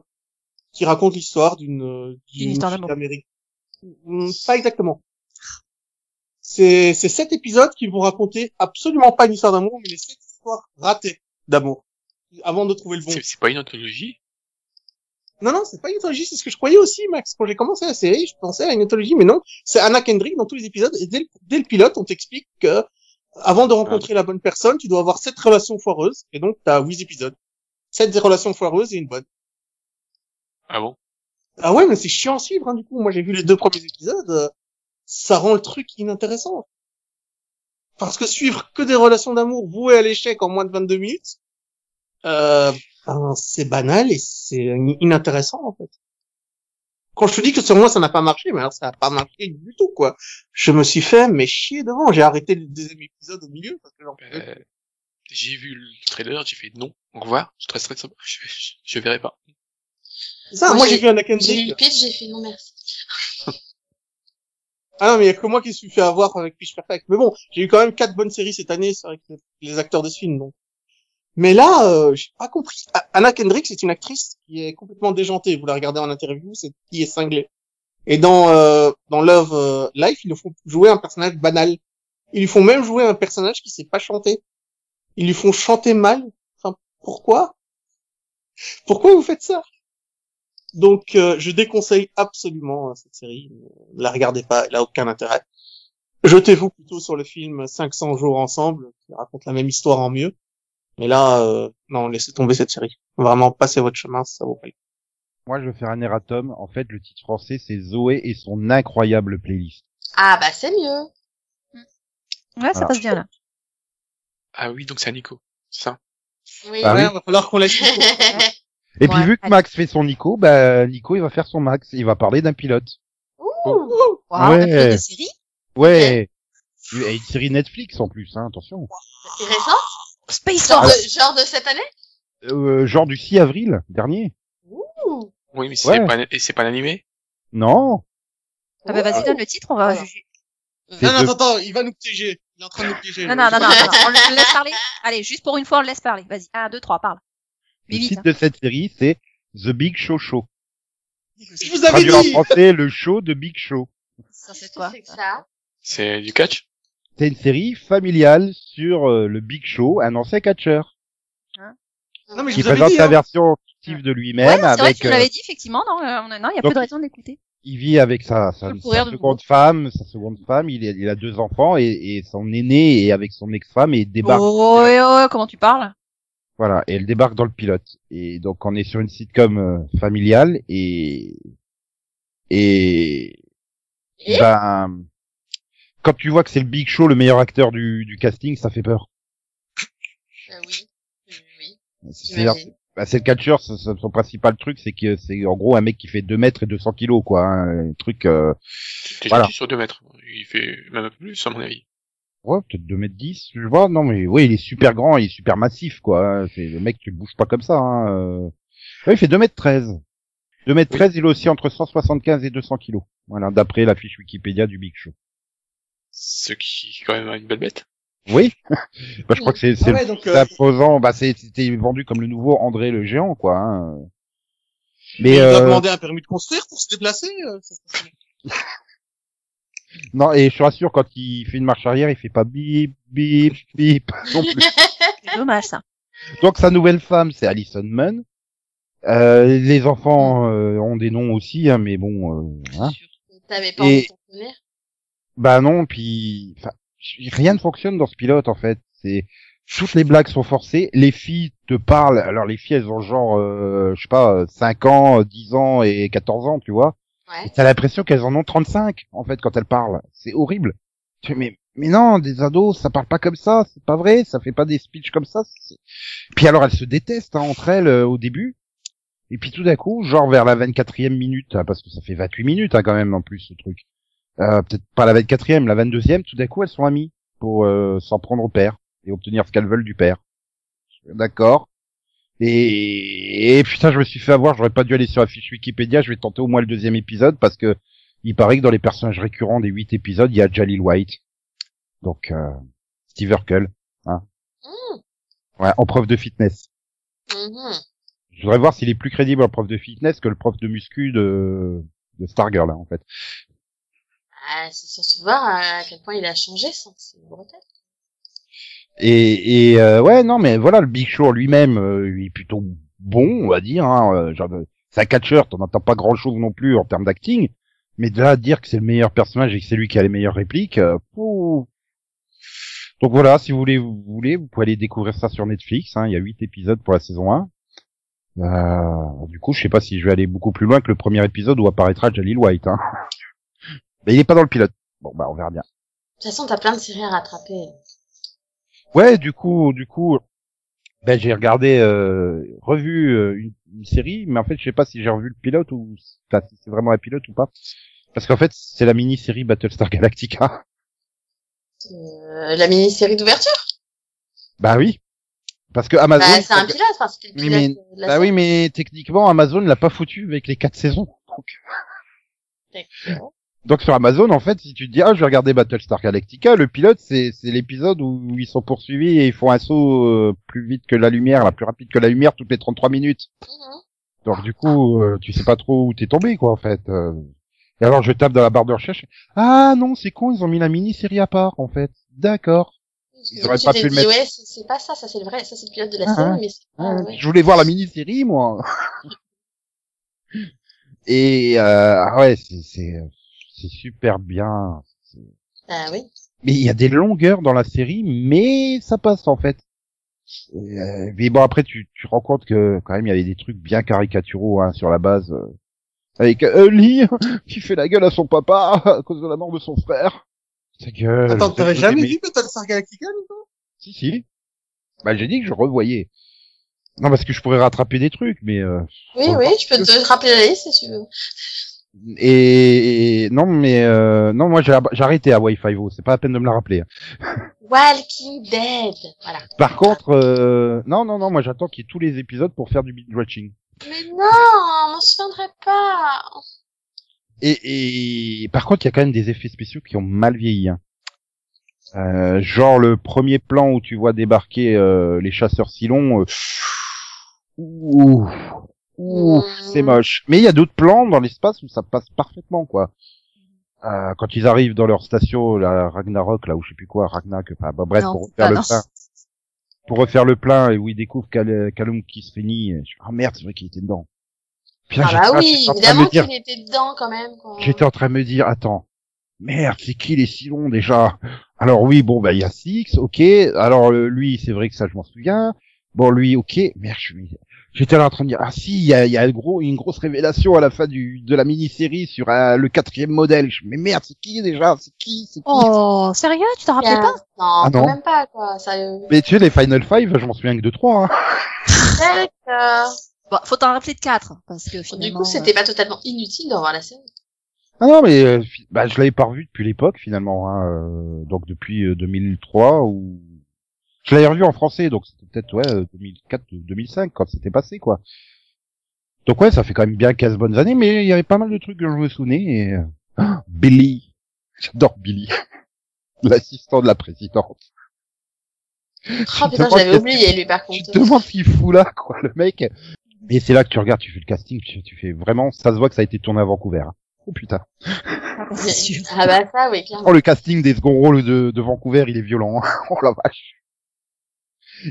qui raconte l'histoire d'une euh,
D'une histoire
fille
d'amour.
d'Amérique. Mm, Pas exactement. C'est c'est sept épisodes qui vont raconter absolument pas une histoire d'amour, mais les sept histoires ratées d'amour. Avant de trouver le bon.
C'est c'est pas une anthologie
Non, non, c'est pas une anthologie, c'est ce que je croyais aussi, Max. Quand j'ai commencé la série, je pensais à une anthologie, mais non. C'est Anna Kendrick dans tous les épisodes, et dès le, dès le pilote, on t'explique que, avant de rencontrer la bonne personne, tu dois avoir sept relations foireuses, et donc t'as huit épisodes. Sept relations foireuses et une bonne.
Ah bon
Ah ouais, mais c'est chiant à suivre, hein, du coup. Moi, j'ai vu les deux premiers épisodes, euh, ça rend le truc inintéressant. Parce que suivre que des relations d'amour vouées à l'échec en moins de 22 minutes, euh, ben, c'est banal et c'est in- inintéressant, en fait. Quand je te dis que sur moi, ça n'a pas marché, mais alors ça n'a pas marché du tout, quoi. Je me suis fait, mais chier devant. J'ai arrêté le deuxième épisode au milieu, parce que j'en pouvais
Euh, J'ai vu le trailer, j'ai fait non, au revoir, je, resterai sobre, je, je, je verrai pas.
plus. Ça,
Moi,
moi, j'ai
j'ai-
vu Anna
J'ai lu
Kendrick.
le pitch, j'ai fait non merci.
Ah non, mais il y a que moi qui me suis fait avoir avec Pitch Perfect. Mais bon, j'ai eu quand même quatre bonnes séries cette année c'est avec les acteurs de ce film, donc. Mais là, euh, j'ai pas compris. A- Anna Kendrick, c'est une actrice qui est complètement déjantée. Vous la regardez en interview, c'est qui est cinglée. Et dans euh, dans Love euh, Life, ils lui font jouer un personnage banal. Ils lui font même jouer un personnage qui sait pas chanter. Ils lui font chanter mal. Enfin, pourquoi Pourquoi vous faites ça Donc, euh, je déconseille absolument euh, cette série ne la regardez pas, elle a aucun intérêt. Jetez-vous plutôt sur le film 500 jours ensemble, qui raconte la même histoire en mieux. Mais là, euh, non, laissez tomber cette série. Vraiment, passez votre chemin, ça vaut pas le coup.
moi je vais faire un erratum. En fait, le titre français c'est Zoé et son incroyable playlist.
Ah bah c'est mieux.
Ouais, ça
Voilà.
passe bien là.
Ah oui, donc c'est à Nico, c'est ça
Oui.
Ah oui.
Ouais, va falloir qu'on laisse.
Et puis
Ouais,
vu que
allez.
Max fait son Nico, bah Nico il va faire son Max. Il va parler d'un pilote.
Waouh,
Ouais.
on a fait des séries.
Ouais. Et une série Netflix en plus, hein, attention.
C'est récent
Ah. Space
genre,
Force.
Ah.
de, genre de cette année
Euh, genre du 6 avril dernier.
Oui, mais c'est
Ouais.
pas, et c'est pas l'animé
Non.
Ah bah vas-y, donne le titre, on va juger.
C'est
Non, non,
de-
attends, attends, il va nous piéger. Il est en train de nous piéger.
Non, non, non, non, attends, on le laisse parler. Allez, juste pour une fois, on le laisse parler. Vas-y, un, deux, trois, parle.
Le
Mais vite.
titre
hein.
de cette série c'est The Big Show Show.
Je vous avais
Traduit en
dit.
français le show de Big Show.
Ça, c'est
Qu'est-ce que
quoi
C'est que ça.
C'est du catch
C'est une série familiale sur euh, le Big Show, un ancien catcheur
Non, mais je
qui
vous avais
présente
dit.
sa
hein.
version fictive de
Ouais,
lui-même
c'est vrai que
avec
tu
euh,
l'avais dit, effectivement, non, euh, on a- non, il y a
donc-
plus de raison de l'écouter.
il vit avec sa, sa,
Le
sa
pourrir de
seconde femme, sa seconde femme, il, est- il a deux enfants et, et son aîné et avec son ex-femme et il
Oh,
débarque
oh, oh, comment tu parles
voilà et elle débarque dans le pilote et donc on est sur une sitcom euh, familiale et et
Et
ben quand tu vois que c'est le Big Show le meilleur acteur du, du casting ça fait peur.
Euh, oui. Oui, oui.
C'est-à-dire
j'imagine.
Bah, c'est le catcheur, son, son- son principal truc, c'est que c'est en gros un mec qui fait 2 mètres et 200 kilos, quoi. hein, un truc, euh,
T'es
Voilà.
gentil sur 2 mètres. Il fait même un peu plus, à mon avis.
ouais, peut-être 2 mètres 10, je vois. Non, mais ouais, il est super grand, il est super massif, quoi. hein, C'est le mec, tu le bouges pas comme ça. Hein, euh. Ouais, il fait 2 mètres 13. 2 mètres 13, il est aussi entre 175 et 200 kilos. Voilà, d'après la fiche Wikipédia du Big Show.
Ce qui, quand même, a une belle bête.
Oui. bah, je crois que c'est c'est
Ah ouais,
le
donc,
plus
euh,
imposant. Bah, c'est- c'était vendu comme le nouveau André le géant, quoi. hein.
Il
Mais
doit
euh,
demander un permis de construire pour se déplacer. euh, ça, ça, ça.
non, et je te rassure, quand il fait une marche arrière, il fait pas bip bip bip non plus.
C'est dommage, ça.
Donc sa nouvelle femme, c'est Alison Munn. Euh, les enfants euh, ont des noms aussi, hein, mais bon, euh, hein.
T'avais pas
Et-
envie de t'en souvenir
bah non, puis enfin, j- rien ne fonctionne dans ce pilote en fait. C'est toutes les blagues sont forcées. Les filles te parlent. Alors les filles, elles ont genre, euh, je sais pas, euh, 5 ans, euh, 10 ans et 14 ans, tu vois.
Ouais.
Et T'as l'impression qu'elles en ont 35 en fait quand elles parlent. C'est horrible. Tu fais, mais mais non, des ados, ça parle pas comme ça. C'est pas vrai. Ça fait pas des speeches comme ça. c'est- Puis alors elles se détestent hein, entre elles euh, au début. Et puis tout d'un coup, genre vers la 24e minute, hein, parce que ça fait 28 minutes hein, quand même en plus ce truc. Euh, Peut-être pas la 24e, la 22e, tout d'un coup elles sont amies pour euh, s'en prendre au père et obtenir ce qu'elles veulent du père. D'accord. Et... et putain, je me suis fait avoir, j'aurais pas dû aller sur la fiche Wikipédia, je vais tenter au moins le deuxième épisode parce que il paraît que dans les personnages récurrents des huit épisodes, il y a Jalil White. Donc, euh, Steve Urkel, hein. Ouais, en prof de fitness.
Mhm.
Je voudrais voir s'il est plus crédible en prof de fitness que le prof de muscu de, de Stargirl, hein, en fait.
Ah, c'est sur se voir euh, à quel point il a changé sans ses bretelles.
Et, et euh, ouais, non, mais voilà, le Big Show en lui-même, euh, il est plutôt bon, on va dire. Hein, euh, genre, euh, c'est un catcheur, t'en entends pas grand-chose non plus en termes d'acting. Mais de là à dire que c'est le meilleur personnage et que c'est lui qui a les meilleures répliques, euh, pouh. Donc voilà, si vous voulez, vous voulez, vous pouvez aller découvrir ça sur Netflix. hein, Il y a huit épisodes pour la saison 1. Euh, du coup, je sais pas si je vais aller beaucoup plus loin que le premier épisode où apparaîtra Jalil White. Hein. Mais il est pas dans le pilote. Bon, bah on verra bien.
De toute façon, t'as plein de séries à rattraper. hein.
Ouais, du coup, du coup, ben j'ai regardé, euh, revu euh, une, une série, mais en fait, je sais pas si j'ai revu le pilote ou enfin, si c'est vraiment un pilote ou pas, parce qu'en fait, c'est la mini-série Battlestar Galactica.
Euh, la mini-série d'ouverture.
bah oui, Ah parce que Amazon.
Bah, c'est un pilote, enfin, c'était le
Oui,
pilote
mais-
euh, de la
Bah oui,
série.
mais techniquement, Amazon l'a pas foutu avec les quatre saisons. Donc,
D'accord.
donc sur Amazon, en fait, si tu te dis ah, je vais regarder Battlestar Galactica, le pilote, c'est c'est l'épisode où ils sont poursuivis et ils font un saut euh, plus vite que la lumière, la plus rapide que la lumière, toutes les 33 minutes.
Mhm.
Donc du coup, euh, tu sais pas trop où t'es tombé, quoi, en fait. euh. Et alors, je tape dans la barre de recherche. Ah non, c'est con, ils ont mis la mini-série à part, en fait. D'accord.
Parce que
Ils
moi,
auraient pas pu
j'étais
le
dit,
mettre.
Ouais, c'est c'est pas ça, ça c'est le vrai, ça c'est le pilote de la
Ah,
série,
ouais.
mais c'est pas,
Ah,
ouais.
Je voulais voir la mini-série, moi. Et euh, ah ouais, c'est c'est c'est super bien.
Ah oui.
Mais il y a des longueurs dans la série, mais ça passe en fait. Et, euh, mais bon après tu tu te rends compte que quand même il y avait des trucs bien caricaturaux hein, sur la base euh, avec euh, Lee qui fait la gueule à son papa à cause de la mort de son frère. Ta gueule.
Attends,
je
t'avais
t'ai
jamais
Euh, aimé.
vu Battlestar Galactica, Nico
Si si. Bah j'ai dit que je revoyais. Non parce que je pourrais rattraper des trucs mais euh,
Oui,
Faut
oui, je peux te rappeler la liste si tu veux.
et, et- non mais euh, non moi j'ai j'ai arrêté à Wi-Fi c'est pas la peine de me la rappeler.
Walking Dead. Voilà.
Par contre euh, non non non moi j'attends qu'il y ait tous les épisodes pour faire du binge watching.
Mais non, on m'en souviendrait pas.
Et, et par contre, il y a quand même des effets spéciaux qui ont mal vieilli. hein. Euh, genre le premier plan où tu vois débarquer euh, les chasseurs Silon. Euh, ouf, ouf, c'est
Mm.
moche. Mais il y a d'autres plans dans l'espace où ça passe parfaitement, quoi. Euh, quand ils arrivent dans leur station, la Ragnarok, là, ou je sais plus quoi, Ragnar, que, enfin, bah, bref,
Non,
pour
bah
refaire le
non.
plein, pour refaire le plein, et où ils découvrent Cal Calum qui se finit. Ah merde, c'est vrai qu'il était dedans. Putain,
Ah
j'étais
bah
là,
oui,
j'étais en train de me
évidemment
dire,
qu'il était dedans quand même. Quoi.
J'étais en train de me dire, attends, merde, c'est qui les Silons déjà Alors oui, bon, bah il y a Six, ok. Alors euh, lui, c'est vrai que ça, je m'en souviens. Bon, lui, ok. Merde, je suis- J'étais là en train de dire, ah si, il y a, il y a un gros, une grosse révélation à la fin du, de la mini-série sur euh, le quatrième modèle. Je- Mais merde, c'est qui déjà C'est qui C'est qui
Oh, sérieux, tu t'en rappelais
Bien.
pas
Non,
Ah
quand
non.
même pas quoi. euh, Sérieux.
Mais tu sais, les Final Five, je m'en souviens que de trois. Hein.
D'accord.
Bon, faut t'en rappeler de quatre, parce que
Du
finalement.
coup, c'était pas totalement inutile d'en voir la série.
Ah non, mais euh, fi- bah, je l'avais pas revu depuis l'époque finalement, hein, euh, donc depuis euh, 2003 ou je l'avais revu en français, donc c'était peut-être ouais euh, 2004 ou 2005 quand c'était passé quoi. Donc ouais, ça fait quand même bien 15 bonnes années, mais il y avait pas mal de trucs que je me souvenais. Et... euh, ah, Billy, j'adore Billy, l'assistant de la présidente.
Oh
te
putain,
demandes
j'avais
qu'est-ce
oublié lui
Tu
par contre.
te demandes ce qu'il fout là, quoi, le mec. Et c'est là que tu regardes, tu fais le casting, tu, tu fais vraiment, ça se voit que ça a été tourné à Vancouver. hein. Oh putain.
c'est sûr.
Ah bah ça, oui, clairement.
Oh, le casting des seconds rôles de, de Vancouver, il est violent. hein. oh la vache.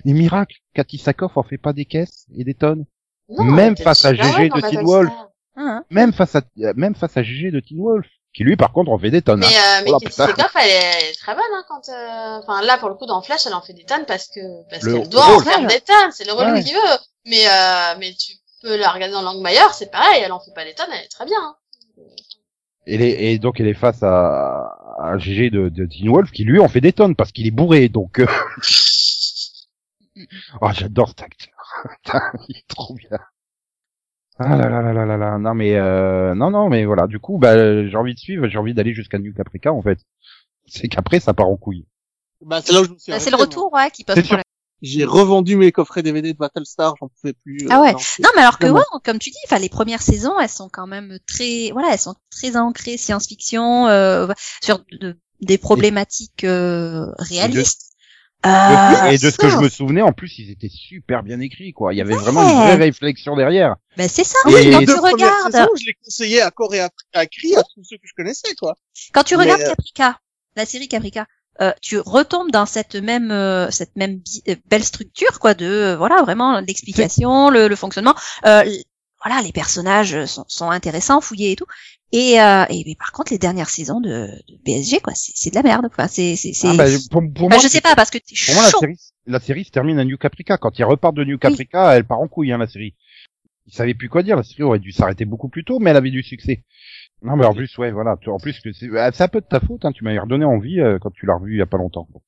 Les miracles, Cathy Sakoff en fait pas des caisses et des tonnes.
Non,
Même
t'es
face à GG
super bonne en
de Teen
Battlestar.
Wolf.
Hein, hein.
Même face à, euh, même face à GG de Teen Wolf, qui lui par contre en fait des tonnes.
Mais,
hein.
euh, mais
Oh,
Katie
putain.
Sackhoff, elle est elle est très bonne, hein, quand, euh, enfin, là, pour le coup, dans Flash, elle en fait des tonnes parce que, parce
Le
qu'elle doit en
rôle.
faire des tonnes, c'est le rôle
Ouais.
qu'il veut. Mais, euh, mais tu peux la regarder dans Langmire, c'est pareil, elle en fait pas des tonnes, elle est très bien. hein.
Et, les- et donc elle est face à, à GG de, de Teen Wolf, qui lui en fait des tonnes parce qu'il est bourré. Donc, euh. Ah, oh, j'adore cet acteur. Putain, il est trop bien. Ah là là là là là là. Non mais euh, non non mais voilà. Du coup, bah euh, j'ai envie de suivre, j'ai envie d'aller jusqu'à Nuke Africa en fait. C'est qu'après ça part en couille.
Bah, c'est là où je me suis
Bah,
arrêté,
c'est le
moi.
retour, ouais, qui pose
C'est sûr.
problème.
J'ai revendu mes coffrets DVD de Battlestar, j'en pouvais plus. euh,
Ah ouais.
non, c'est-
Non, mais alors que
Vraiment.
ouais, comme tu dis, enfin les premières saisons, elles sont quand même très, voilà, elles sont très ancrées science-fiction euh, sur de- des problématiques euh, réalistes. Euh,
et de ce que je
ça.
me souvenais, en plus, ils étaient super bien écrits quoi. Il y avait
Ouais.
vraiment une vraie réflexion derrière.
Ben c'est ça.
Et-
quand
Les
tu
deux premières
regardes,
saisons, je les conseillais à corps et à, à cri à tous ceux que je connaissais, toi.
quand tu
Mais,
regardes
euh,
Caprica, la série Caprica, euh, tu retombes dans cette même, euh, cette même bi- euh, belle structure quoi de, euh, voilà, vraiment l'explication, le, le fonctionnement. Euh, l- voilà, les personnages euh, sont, sont intéressants, fouillés et tout. Et, euh, et mais par contre, les dernières saisons de, de BSG quoi, c'est c'est de la merde quoi. C'est c'est c'est-
Ah, bah, pour, pour
Enfin,
moi,
je sais pas parce que t'es
pour moi la
chaud.
série, la série se termine à New Caprica. Quand ils repartent de New Caprica, elle part en couille hein la série. Ils savaient plus quoi dire. La série aurait dû s'arrêter beaucoup plus tôt, mais elle avait du succès. Non mais en plus ouais voilà. Tu- En plus que c'est ah, c'est un peu de ta faute. Hein. Tu m'avais redonné envie euh, quand tu l'as revue il y a pas longtemps. Bon.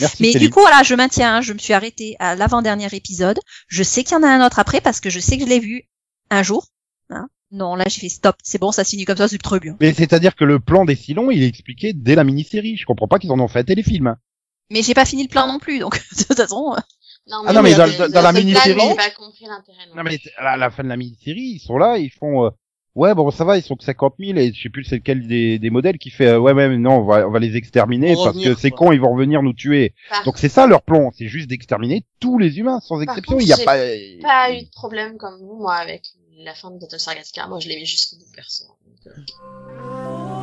Merci.
Mais
Céline.
du coup, voilà, je maintiens, hein, je me suis arrêtée à l'avant-dernier épisode. Je sais qu'il y en a un autre après parce que je sais que je l'ai vu un jour. hein. Non, là j'ai fait stop, c'est bon, ça finit comme ça, c'est trop bien.
Mais c'est-à-dire que le plan des Silons, il est expliqué dès la mini-série. Je comprends pas qu'ils en ont fait un téléfilm. hein.
Mais j'ai pas fini le plan non plus, donc de toute façon. euh,
Ah non, mais dans- dans- dans la
euh, cette
mini-série-
blague, J'ai pas compris l'intérêt. non.
Non mais à la, à la fin de la mini-série, ils sont là, ils font... euh, ouais, bon, ça va, ils sont que 50 000, et je sais plus c'est lequel des, des modèles qui fait... euh, ouais, mais non, on va, on va les exterminer,
Ils vont
parce
revenir,
que c'est
quoi.
con, ils vont revenir nous tuer.
Par-
Donc c'est ça leur plan, c'est juste d'exterminer tous les humains, sans exception.
contre,
Il y a
j'ai
pas...
pas eu de problème comme vous, moi, avec la fin de Battlestar Galactica. Moi, je l'ai mis jusqu'au bout, perso. Donc, euh,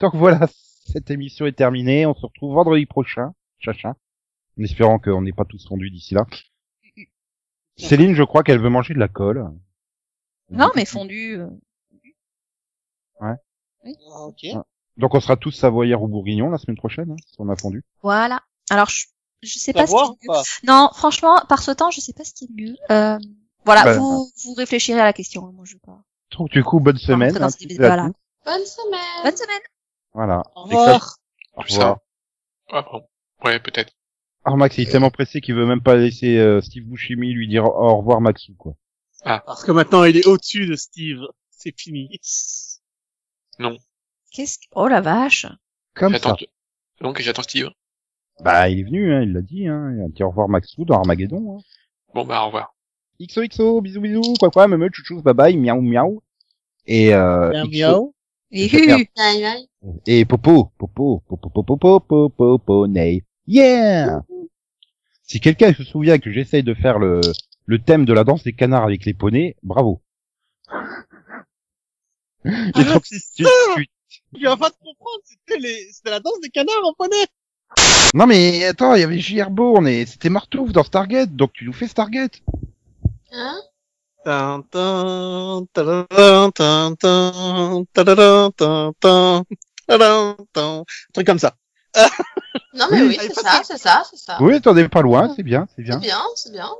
Donc voilà, cette émission est terminée, on se retrouve vendredi prochain, chacun, en espérant qu'on n'est pas tous rendus d'ici là. Céline, je crois qu'elle veut manger de la colle.
Non, mais fondu. euh,
Ah, ok.
Donc on sera tous savoyards ou bourguignons la semaine prochaine, hein, si on a fondu.
Voilà. Alors je, je sais
Faut
pas ce qui
voir,
est mieux.
quoi.
Non, franchement, par ce temps, je sais pas ce qui est mieux. Euh, voilà,
Ben,
vous vous réfléchirez à la question. hein, Moi, je vais pas.
Donc du coup, bonne semaine.
rentrer dans
hein,
ce
toutes et
débat,
à
là.
tous.
Bonne semaine.
Bonne semaine.
Voilà.
Au
Et que ça-
revoir.
Au
Tout
revoir.
Ah bon. Ouais, peut-être.
Ah, Max, il est tellement pressé qu'il veut même pas laisser euh, Steve Buscemi lui dire au revoir Maxou, quoi.
Parce que maintenant, il est au-dessus de Steve. C'est fini.
Qu'est-ce que... Oh la vache.
Comme ça.
J'attends. Donc j'attends Steve.
Bah, il est venu, hein, il l'a dit, hein. Il a dit au revoir Maxou dans Armageddon, hein.
Bon bah au revoir.
XOXO, bisous bisous, quoi quoi, me chouchou, bye bye, miaou miaou. Et, euh,
Miaou,
XO
miaou.
Et
Je vais faire-
hu.
Aïe, aïe.
et popo, popo, popo, popo, popo, popo, ney. Yeah! Si quelqu'un se souvient que j'essaye de faire le, le thème de la danse des canards avec les poneys, bravo. Et donc, tu- tu-
Ah, Tu vas pas te comprendre, c'était les, c'était la danse des canards en poney.
Non mais attends, il y avait J.R. Bourne et c'était Martouf dans Stargate, donc tu nous fais Stargate.
Hein
Tin, tin, tadadin, tin, tin, tadadin, tin, tin, tadadin, tin. Un truc comme ça.
Non, mais
Oui,
oui,
allez,
c'est
pas
ça, c'est ça, c'est ça.
Ah. Oui, t'en es pas loin, c'est bien, c'est bien.
C'est bien, c'est bien.